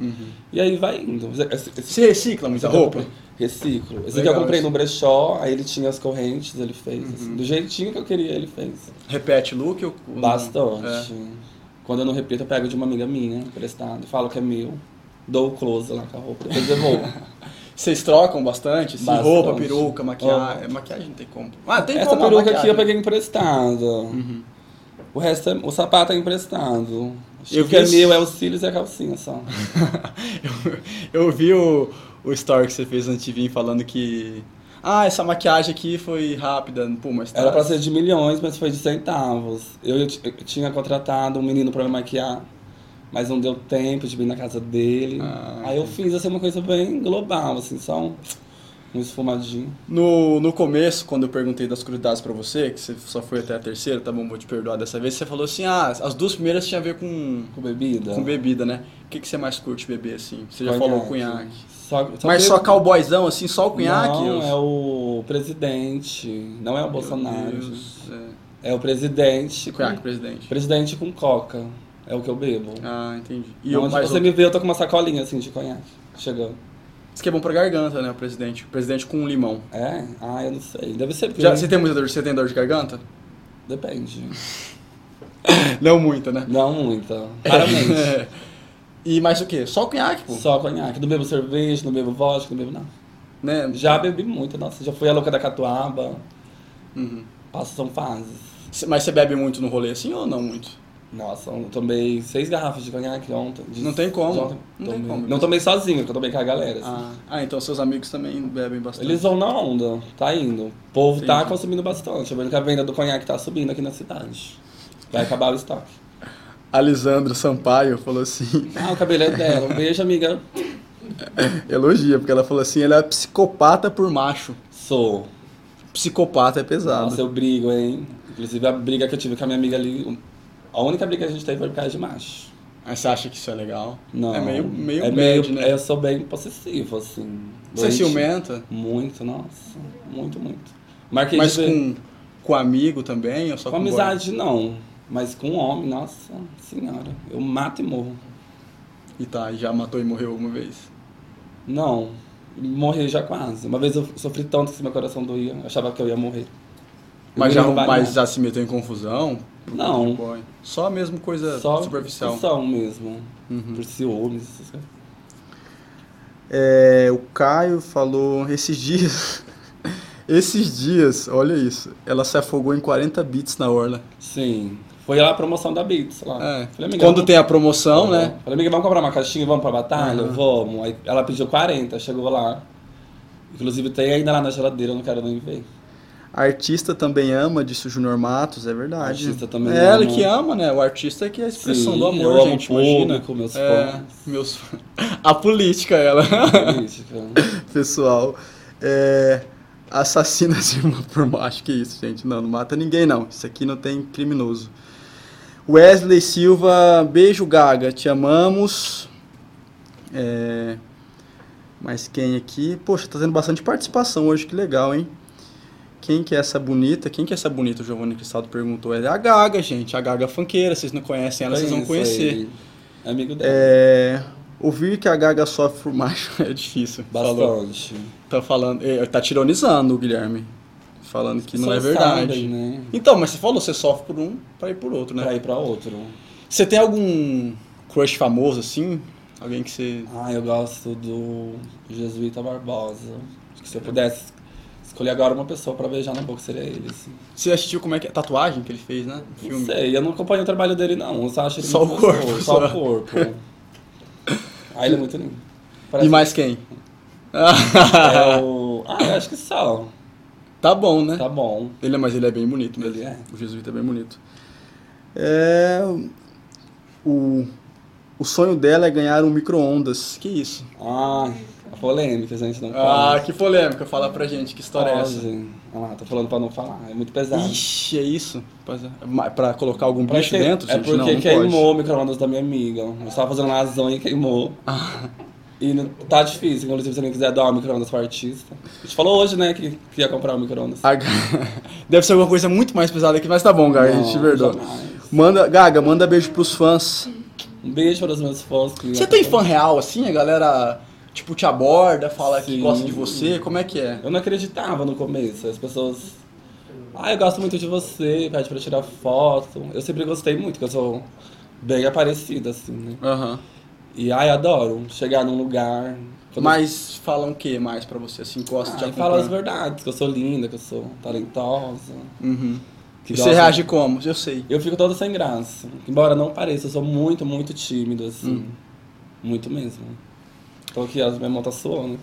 [SPEAKER 2] E aí vai indo. Esse- esse-
[SPEAKER 1] Você recicla muita
[SPEAKER 2] essa
[SPEAKER 1] roupa?
[SPEAKER 2] Reciclo. Esse
[SPEAKER 1] Legal
[SPEAKER 2] aqui eu comprei
[SPEAKER 1] isso. Uhum.
[SPEAKER 2] no brechó, aí ele tinha as correntes, ele fez. assim, do jeitinho que eu queria, ele fez.
[SPEAKER 1] Repete look? Ou... ou não? É.
[SPEAKER 2] Bastante. Uhum. É. Quando eu não repito, eu pego de uma amiga minha, emprestado, falo que é meu, dou o close lá com a roupa, depois devolvo.
[SPEAKER 1] É. Vocês trocam bastante? Assim,
[SPEAKER 2] Bastante.
[SPEAKER 1] Roupa, peruca, maquiagem.
[SPEAKER 2] Ó.
[SPEAKER 1] é, Maquiagem não tem como. Ah, tem
[SPEAKER 2] Essa
[SPEAKER 1] como. a
[SPEAKER 2] peruca aqui
[SPEAKER 1] maquiagem. Uhum.
[SPEAKER 2] eu peguei emprestada. O resto é, O sapato é emprestado. Acho que
[SPEAKER 1] Eu
[SPEAKER 2] O que é
[SPEAKER 1] fiz-
[SPEAKER 2] meu é os cílios e a calcinha só.
[SPEAKER 1] eu, eu vi o, o story que você fez no TV falando que. Ah, essa maquiagem aqui foi rápida. Pô, mas tá-
[SPEAKER 2] Era pra ser de milhões, mas foi de centavos. Eu, eu ti- eu tinha contratado um menino pra me maquiar, mas não deu tempo de vir na casa dele.
[SPEAKER 1] Ah,
[SPEAKER 2] Aí eu fiz assim uma coisa bem global, assim, só um, um esfumadinho.
[SPEAKER 1] No, no começo, quando eu perguntei das curiosidades pra você, que você só foi até a terceira, tá bom, vou te perdoar dessa vez, você falou assim, ah, as duas primeiras tinha a ver com,
[SPEAKER 2] Com bebida.
[SPEAKER 1] com bebida, né? O que, que você mais curte beber, assim? Você já
[SPEAKER 2] Conhaque.
[SPEAKER 1] falou o cunhaque.
[SPEAKER 2] Só,
[SPEAKER 1] Mas só
[SPEAKER 2] bebo-
[SPEAKER 1] cowboyzão, assim, só o cunhaque?
[SPEAKER 2] Não,
[SPEAKER 1] Os-
[SPEAKER 2] é o presidente. Não é o Bolsonaro.
[SPEAKER 1] Meu Deus, é.
[SPEAKER 2] É o presidente. com-
[SPEAKER 1] Cunhaque, presidente.
[SPEAKER 2] Presidente com coca. É o que eu bebo.
[SPEAKER 1] Ah, entendi. E
[SPEAKER 2] E
[SPEAKER 1] eu
[SPEAKER 2] Onde
[SPEAKER 1] mais
[SPEAKER 2] você
[SPEAKER 1] outro.
[SPEAKER 2] me vê, eu tô com uma sacolinha assim de conhaque. Chegando.
[SPEAKER 1] Isso que é bom pra garganta, né, o presidente? O presidente com limão.
[SPEAKER 2] É? Ah, eu não sei. Deve ser porque-
[SPEAKER 1] Já, você, tem muita dor, você tem dor de garganta?
[SPEAKER 2] Depende.
[SPEAKER 1] Não muita, né?
[SPEAKER 2] Não muita. Raramente.
[SPEAKER 1] e mais o quê? Só o cunhaque, pô.
[SPEAKER 2] Só conhaque. Não bebo cerveja, não bebo vodka, não bebo nada.
[SPEAKER 1] Né?
[SPEAKER 2] Já bebi muito, nossa. Já fui a louca da catuaba.
[SPEAKER 1] Uhum.
[SPEAKER 2] Passo são fases.
[SPEAKER 1] Mas você bebe muito no rolê, assim, ou não muito?
[SPEAKER 2] Nossa, eu tomei seis garrafas de conhaque ontem. De-
[SPEAKER 1] Hum. Não tem como.
[SPEAKER 2] de ontem.
[SPEAKER 1] Não tem
[SPEAKER 2] Tomei.
[SPEAKER 1] como.
[SPEAKER 2] Não tomei sozinho, que eu tomei com a galera. assim.
[SPEAKER 1] Ah, ah, então seus amigos também bebem bastante.
[SPEAKER 2] Eles vão na onda, tá indo. O povo tá
[SPEAKER 1] Entendi.
[SPEAKER 2] consumindo bastante. Eu vendo que a venda do conhaque tá subindo aqui na cidade. Vai acabar o estoque.
[SPEAKER 1] Alisandro Sampaio falou assim,
[SPEAKER 2] Ah, o cabelo é dela. Um beijo, amiga.
[SPEAKER 1] elogia, porque ela falou assim, ele é psicopata por macho.
[SPEAKER 2] Sou.
[SPEAKER 1] Psicopata é pesado.
[SPEAKER 2] Nossa, eu brigo, hein? Inclusive a briga que eu tive com a minha amiga ali. A única briga que a gente teve foi por causa de macho.
[SPEAKER 1] Mas você acha que isso é legal?
[SPEAKER 2] Não.
[SPEAKER 1] É meio, meio
[SPEAKER 2] é
[SPEAKER 1] bad, né?
[SPEAKER 2] Eu sou bem possessivo, assim.
[SPEAKER 1] Você é
[SPEAKER 2] Doente.
[SPEAKER 1] ciumenta,
[SPEAKER 2] Muito, nossa. Muito, muito. Marquei
[SPEAKER 1] mas
[SPEAKER 2] de ver.
[SPEAKER 1] com, com amigo também, ou só
[SPEAKER 2] Com
[SPEAKER 1] com,
[SPEAKER 2] amizade, não. Mas com um homem, nossa senhora. Eu mato e morro.
[SPEAKER 1] boy? E tá, já matou e morreu uma vez.
[SPEAKER 2] Não, morri já quase. Uma vez eu sofri tanto que meu coração doía, eu achava que eu ia morrer.
[SPEAKER 1] Mas, já,
[SPEAKER 2] Eu não vale
[SPEAKER 1] mas
[SPEAKER 2] nada.
[SPEAKER 1] já se meteu em confusão?
[SPEAKER 2] Não.
[SPEAKER 1] Boy. Só a mesma coisa
[SPEAKER 2] Só
[SPEAKER 1] superficial.
[SPEAKER 2] discussão mesmo.
[SPEAKER 1] Uhum.
[SPEAKER 2] Por ciúmes, essas coisas.
[SPEAKER 1] É, o Caio falou esses dias. Esses dias, olha isso. Ela se afogou em 40 bits na orla.
[SPEAKER 2] Sim. Foi lá a promoção da Beats lá.
[SPEAKER 1] É.
[SPEAKER 2] Falei, amiga,
[SPEAKER 1] Quando
[SPEAKER 2] vamos-
[SPEAKER 1] tem a promoção,
[SPEAKER 2] vamos.
[SPEAKER 1] né?
[SPEAKER 2] Falei, amiga, vamos comprar uma caixinha, vamos pra batalha?
[SPEAKER 1] Uhum.
[SPEAKER 2] Vamos. Aí ela pediu 40, chegou lá. Inclusive tem ainda lá na geladeira, eu não quero nem ver.
[SPEAKER 1] Artista também ama, disse o Júnior Matos, é verdade.
[SPEAKER 2] Artista também
[SPEAKER 1] é
[SPEAKER 2] ama.
[SPEAKER 1] ela que ama, né? O artista é que é a expressão
[SPEAKER 2] Sim,
[SPEAKER 1] do amor,
[SPEAKER 2] eu amo
[SPEAKER 1] gente.
[SPEAKER 2] o público,
[SPEAKER 1] imagina.
[SPEAKER 2] meus
[SPEAKER 1] É,
[SPEAKER 2] fãs.
[SPEAKER 1] meus fãs. A política, ela.
[SPEAKER 2] Política.
[SPEAKER 1] Pessoal, é. Assassina de irmã por macho, que é isso, gente. Não, não mata ninguém, não. Isso aqui não tem criminoso. Wesley Silva, beijo, Gaga, te amamos. É, Mas quem aqui? Poxa, tá tendo bastante participação hoje, que legal, hein? Quem que é essa bonita? Quem que é essa bonita? O Giovanni Cristaldo perguntou. É a Gaga, gente. A Gaga é funkeira. Vocês não conhecem ela, vocês vão
[SPEAKER 2] Isso
[SPEAKER 1] conhecer.
[SPEAKER 2] aí. Amigo dela.
[SPEAKER 1] É, Ouvir que a Gaga sofre por macho é difícil. Falou.
[SPEAKER 2] Bastante.
[SPEAKER 1] Tá falando, eh, tá tironizando o Guilherme, falando que não é
[SPEAKER 2] Pessoas
[SPEAKER 1] verdade.
[SPEAKER 2] sabem, né? é
[SPEAKER 1] Então, mas você falou, você sofre por um pra ir por outro, né?
[SPEAKER 2] Pra ir pra outro.
[SPEAKER 1] Você tem algum crush famoso assim? Alguém que você.
[SPEAKER 2] Ah, eu gosto do Jesuíta Barbosa. Acho que se eu pudesse escolher agora uma pessoa pra beijar na boca, seria ele. assim.
[SPEAKER 1] Você assistiu como é que é? Tatuagem que ele fez, né? No
[SPEAKER 2] Não
[SPEAKER 1] Filme.
[SPEAKER 2] sei, eu não acompanho o trabalho dele, não. Eu só acho ele
[SPEAKER 1] Só
[SPEAKER 2] muito
[SPEAKER 1] o corpo,
[SPEAKER 2] gostoso, Só
[SPEAKER 1] só.
[SPEAKER 2] o corpo. Ah, ele é muito lindo.
[SPEAKER 1] E mais quem?
[SPEAKER 2] É o... Ah, eu acho que só.
[SPEAKER 1] tá bom, né?
[SPEAKER 2] Tá bom.
[SPEAKER 1] Ele é, mas ele é bem bonito mesmo.
[SPEAKER 2] Ele é.
[SPEAKER 1] O jesuíta é bem bonito. É, o, o sonho dela é ganhar um micro-ondas. Que isso?
[SPEAKER 2] Ah, a polêmica, gente, não
[SPEAKER 1] Ah,
[SPEAKER 2] pode.
[SPEAKER 1] que polêmica. Fala pra gente, que história é essa?
[SPEAKER 2] Pode. Ah lá, tô falando pra não falar, é muito pesado.
[SPEAKER 1] Ixi, é isso? Pois é. Ma- Pra colocar algum
[SPEAKER 2] Pra
[SPEAKER 1] bicho
[SPEAKER 2] que-
[SPEAKER 1] dentro?
[SPEAKER 2] É
[SPEAKER 1] gente?
[SPEAKER 2] porque
[SPEAKER 1] não, não
[SPEAKER 2] queimou o micro-ondas da minha amiga. Eu estava fazendo lasanha e queimou.
[SPEAKER 1] Ah.
[SPEAKER 2] E não- tá difícil, inclusive, se alguém quiser dar um micro-ondas pro artista. A gente falou hoje, né, que, que ia comprar um micro-ondas.
[SPEAKER 1] Pode. A Ga- Deve ser alguma coisa muito mais pesada aqui, mas tá bom, Gaga, a gente te
[SPEAKER 2] Não,
[SPEAKER 1] perdoa.
[SPEAKER 2] jamais.
[SPEAKER 1] Manda, Gaga, manda beijo pros fãs.
[SPEAKER 2] Um beijo para os meus fãs. que-
[SPEAKER 1] Você tem fã real, assim? A galera, tipo, te aborda, fala que
[SPEAKER 2] Sim.
[SPEAKER 1] gosta de você? Como é que é?
[SPEAKER 2] Eu não acreditava no começo. As pessoas. Ah, eu gosto muito de você, pede pra tirar foto. Eu sempre gostei muito, porque eu sou bem aparecida, assim, né?
[SPEAKER 1] Aham.
[SPEAKER 2] E ai, adoro chegar num lugar. quando-
[SPEAKER 1] Mas falam o que mais pra você? Assim, gosta de
[SPEAKER 2] Ah, e
[SPEAKER 1] acompanhar?
[SPEAKER 2] fala as verdades, que eu sou linda, que eu sou talentosa.
[SPEAKER 1] Uhum.
[SPEAKER 2] Que
[SPEAKER 1] E
[SPEAKER 2] gosta-
[SPEAKER 1] você
[SPEAKER 2] né?
[SPEAKER 1] reage como? Eu sei.
[SPEAKER 2] Eu fico toda sem graça. Embora não pareça, eu sou muito, muito tímido, assim. Muito mesmo. Tô aqui, as minhas mãos tá suando.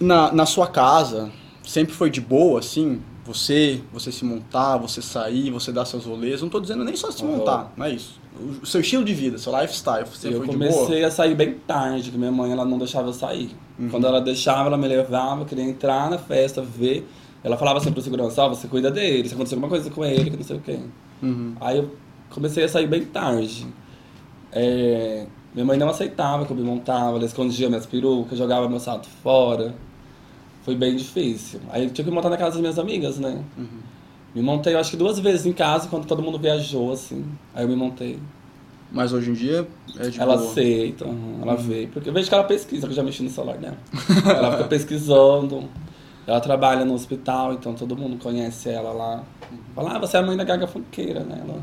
[SPEAKER 1] Na, na sua casa, sempre foi de boa, assim? Você, você se montar, você sair, você dar seus rolês. Não tô dizendo nem só se
[SPEAKER 2] Aham.
[SPEAKER 1] montar, não é isso. O seu estilo de vida, seu lifestyle, você
[SPEAKER 2] eu
[SPEAKER 1] foi de boa?
[SPEAKER 2] comecei a sair bem tarde, que minha mãe ela não deixava eu sair. Quando ela deixava, ela me levava, eu queria entrar na festa, ver. Ela falava sempre pro segurança, ó, você cuida dele, se acontecer alguma coisa com ele, que não sei o quê.
[SPEAKER 1] Uhum.
[SPEAKER 2] Aí eu comecei a sair bem tarde. É, Minha mãe não aceitava que eu me montava, ela escondia minhas perucas, jogava meu salto fora. Foi bem difícil. Aí eu tinha que me montar na casa das minhas amigas, né? Me montei, eu acho que duas vezes em casa, quando todo mundo viajou, assim. Aí eu me montei.
[SPEAKER 1] Mas hoje em dia é de
[SPEAKER 2] Ela
[SPEAKER 1] boa. Uhum.
[SPEAKER 2] aceita, ela vê. Porque eu vejo que ela pesquisa, que eu já mexi no celular dela. ela fica pesquisando. Ela trabalha no hospital, então todo mundo conhece ela lá. Fala, ah, você é a mãe da Gaga Funkeira, né? Ela-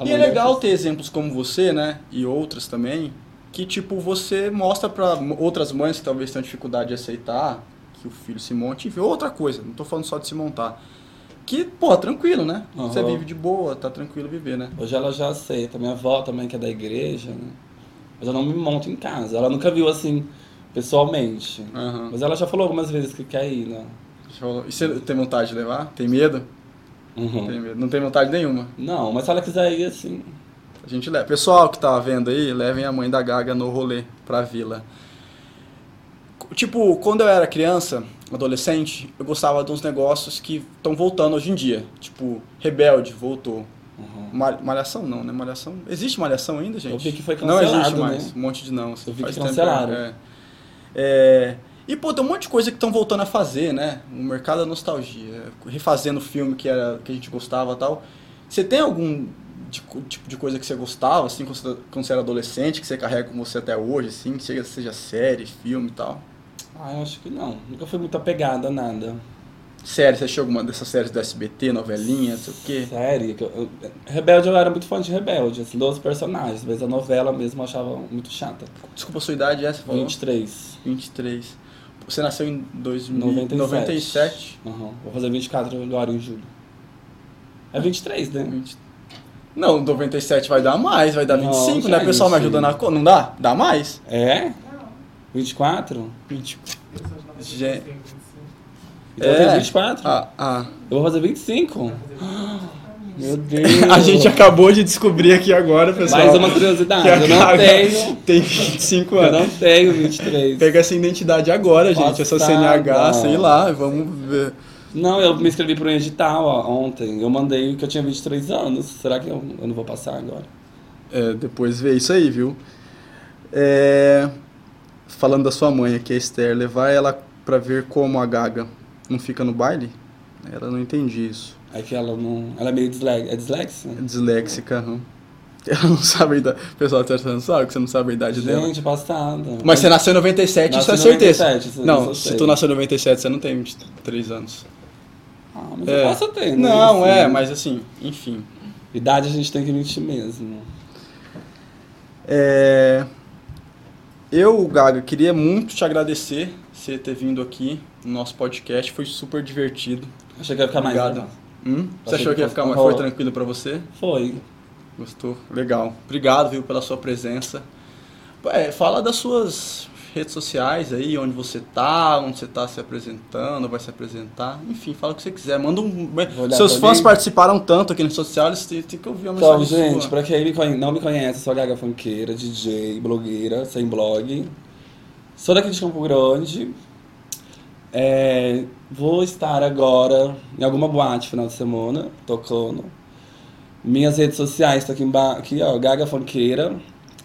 [SPEAKER 2] a
[SPEAKER 1] E
[SPEAKER 2] mãe
[SPEAKER 1] é
[SPEAKER 2] da
[SPEAKER 1] legal
[SPEAKER 2] artista.
[SPEAKER 1] ter exemplos como você, né? E outras também, que tipo, você mostra pra m- outras mães que talvez tenham dificuldade de aceitar que o filho se monte, enfim, outra coisa, não tô falando só de se montar. Que, pô, tranquilo, né?
[SPEAKER 2] Aham.
[SPEAKER 1] Você vive de boa, tá tranquilo viver, né?
[SPEAKER 2] Hoje ela já aceita. Minha avó também, que é da igreja, né? Mas eu não me monto em casa. Ela nunca viu assim, pessoalmente.
[SPEAKER 1] Aham.
[SPEAKER 2] Mas ela já falou algumas vezes que quer ir, né?
[SPEAKER 1] Deixa eu falar. E você tem vontade de levar? Tem medo?
[SPEAKER 2] Uhum.
[SPEAKER 1] Tem medo. Não tem vontade nenhuma.
[SPEAKER 2] Não, mas se ela quiser ir, assim.
[SPEAKER 1] A gente leva. Pessoal que tá vendo aí, levem a mãe da Gaga no rolê pra vila. C- Tipo, quando eu era criança, adolescente, eu gostava de uns negócios que estão voltando hoje em dia. Tipo, Rebelde voltou.
[SPEAKER 2] Uhum.
[SPEAKER 1] Ma- Malhação não, né? Malhação. Existe malhação ainda, gente?
[SPEAKER 2] Eu vi que foi
[SPEAKER 1] Não
[SPEAKER 2] cancelado,
[SPEAKER 1] existe mais.
[SPEAKER 2] né?
[SPEAKER 1] Um monte de não. assim,
[SPEAKER 2] Eu vi que
[SPEAKER 1] faz tempo,
[SPEAKER 2] cancelaram.
[SPEAKER 1] é. É, E, pô, tem um monte de coisa que estão voltando a fazer, né? O mercado da nostalgia. Refazendo filme que, era, que a gente gostava e tal. Você tem algum de co- tipo de coisa que você gostava, assim, quando você- quando você era adolescente, que você carrega com você até hoje, assim, seja, seja série, filme e tal?
[SPEAKER 2] Ah, eu acho que não. Nunca fui muito apegada a nada.
[SPEAKER 1] Série, você achou alguma dessas séries do SBT, novelinha, não sei o quê?
[SPEAKER 2] Série. que eu- eu- Rebelde, eu era muito fã de Rebelde, assim, dos personagens. Mas a novela mesmo eu achava muito chata.
[SPEAKER 1] Desculpa a sua idade, é essa, falou?
[SPEAKER 2] 23.
[SPEAKER 1] 23. Você nasceu em
[SPEAKER 2] 97.
[SPEAKER 1] 2097?
[SPEAKER 2] Uhum. Vou fazer 24 agora em julho. É 23, né?
[SPEAKER 1] 20... Não, 97 vai dar mais, vai dar
[SPEAKER 2] Não,
[SPEAKER 1] 25,
[SPEAKER 2] não
[SPEAKER 1] né?
[SPEAKER 2] é
[SPEAKER 1] Pessoal me
[SPEAKER 2] isso.
[SPEAKER 1] ajuda na conta. Não dá? Dá mais?
[SPEAKER 2] É?
[SPEAKER 3] Não.
[SPEAKER 2] 24?
[SPEAKER 1] 20. Gen-
[SPEAKER 4] Gente.
[SPEAKER 2] Então eu
[SPEAKER 1] É.
[SPEAKER 2] tenho 24?
[SPEAKER 1] Ah, ah.
[SPEAKER 2] Eu vou fazer 25? Meu Deus!
[SPEAKER 1] A gente acabou de descobrir aqui agora, pessoal.
[SPEAKER 2] Mais uma curiosidade,
[SPEAKER 1] que a
[SPEAKER 2] eu não
[SPEAKER 1] Gaga
[SPEAKER 2] tenho.
[SPEAKER 1] Tem 25
[SPEAKER 2] Eu
[SPEAKER 1] anos.
[SPEAKER 2] não tenho 23.
[SPEAKER 1] Pega essa identidade agora, gente. Essa
[SPEAKER 2] Passada.
[SPEAKER 1] CNH, sei lá, vamos ver.
[SPEAKER 2] Não, eu me inscrevi para um edital ó, ontem. Eu mandei que eu tinha 23 anos. Será que eu, eu não vou passar agora?
[SPEAKER 1] É, depois vê isso aí, viu? É, Falando da sua mãe aqui, a Esther, levar ela pra ver como a Gaga não fica no baile? Ela não entendi isso.
[SPEAKER 2] É que ela não. Ela é meio dislex, é dislexia.
[SPEAKER 1] É disléxica, não. Ela não sabe a idade. O pessoal tá achando, sabe que você não sabe a idade dela.
[SPEAKER 2] Gente, passada.
[SPEAKER 1] Mas você nasceu em 97,
[SPEAKER 2] Nasci
[SPEAKER 1] isso é certeza.
[SPEAKER 2] 97, isso- isso
[SPEAKER 1] não,
[SPEAKER 2] eu
[SPEAKER 1] se
[SPEAKER 2] sei.
[SPEAKER 1] tu nasceu em 97, você não tem 23 anos.
[SPEAKER 2] Ah, mas
[SPEAKER 1] É.
[SPEAKER 2] eu posso ter, né?
[SPEAKER 1] Não,
[SPEAKER 2] Assim,
[SPEAKER 1] é, mas assim, enfim.
[SPEAKER 2] Idade a gente tem que mentir mesmo.
[SPEAKER 1] É, Eu, Gaga, queria muito te agradecer você ter vindo aqui no nosso podcast. Foi super divertido.
[SPEAKER 2] Achei que ia ficar mais.
[SPEAKER 1] Obrigado.
[SPEAKER 2] né?
[SPEAKER 1] Hum? Você
[SPEAKER 2] Achei
[SPEAKER 1] achou que ia
[SPEAKER 2] que
[SPEAKER 1] ficar
[SPEAKER 2] fosse-
[SPEAKER 1] mais? Foi tranquilo pra você?
[SPEAKER 2] Foi.
[SPEAKER 1] Gostou? Legal. Obrigado, viu, pela sua presença. É, fala das suas redes sociais aí, onde você tá, onde você tá se apresentando, vai se apresentar. Enfim, fala o que você quiser. Manda um.
[SPEAKER 2] olhar
[SPEAKER 1] Seus
[SPEAKER 2] pra
[SPEAKER 1] fãs
[SPEAKER 2] mim.
[SPEAKER 1] participaram tanto aqui nas redes sociais, tem, tem que ouvir a
[SPEAKER 2] Então,
[SPEAKER 1] mensagem.
[SPEAKER 2] gente,
[SPEAKER 1] sua.
[SPEAKER 2] pra quem me conhe- não me conhece, sou a Gaga Funkeira, DJ, blogueira, sem blog. Sou daqui de Campo Grande. É, vou estar agora em alguma boate final de semana, tocando. Minhas redes sociais estão aqui embaixo, aqui, ó, Gaga Funkeira.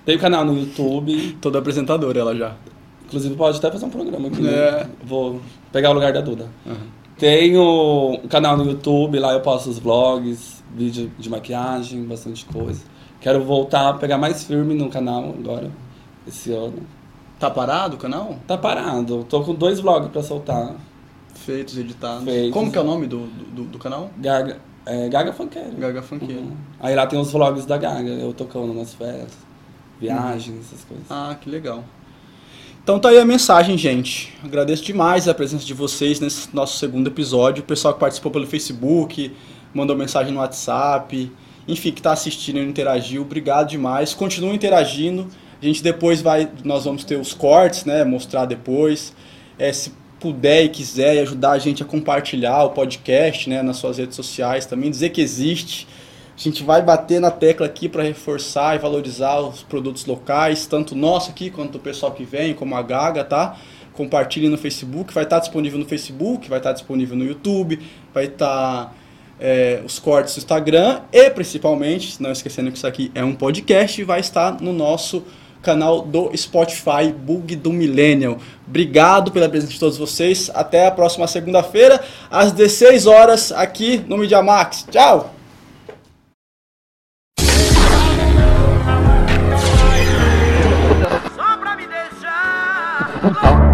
[SPEAKER 2] Tem canal no YouTube.
[SPEAKER 1] Toda apresentadora ela já.
[SPEAKER 2] Inclusive pode até fazer um programa aqui. né?
[SPEAKER 1] É.
[SPEAKER 2] Vou pegar o lugar da Duda.
[SPEAKER 1] Aham.
[SPEAKER 2] Tenho um canal no YouTube, lá eu posto os vlogs, vídeo de maquiagem, bastante coisa. Quero voltar a pegar mais firme no canal agora, esse ano.
[SPEAKER 1] Tá parado o canal?
[SPEAKER 2] Tá parado, tô com dois vlogs pra soltar.
[SPEAKER 1] Feitos, editados.
[SPEAKER 2] Feitos.
[SPEAKER 1] Como que é o nome do, do, do- do canal?
[SPEAKER 2] Gaga, é, Gaga Funkeira.
[SPEAKER 1] Gaga Funkeira.
[SPEAKER 2] Uhum. Aí lá tem os vlogs da Gaga, eu tocando nas festas, viagens, essas coisas.
[SPEAKER 1] Ah, que legal. Então tá aí a mensagem, gente. Agradeço demais a presença de vocês nesse nosso segundo episódio. O pessoal que participou pelo Facebook, mandou mensagem no WhatsApp, enfim, que tá assistindo e interagiu. Obrigado demais. Continuem interagindo. A gente depois vai, nós vamos ter os cortes, né, mostrar depois. É, se puder e quiser e ajudar a gente a compartilhar o podcast, né, nas suas redes sociais também, dizer que existe. A gente vai bater na tecla aqui para reforçar e valorizar os produtos locais, tanto nosso aqui quanto o pessoal que vem, como a Gaga, tá? Compartilhe no Facebook, vai estar disponível no Facebook, vai estar disponível no YouTube, vai estar é, os cortes do Instagram e principalmente, não esquecendo que isso aqui é um podcast, vai estar no nosso canal do Spotify Bug do Millennial. Obrigado pela presença de todos vocês. Até a próxima segunda-feira, às 16 horas, aqui no Media Max. Tchau!
[SPEAKER 4] só pra me deixar.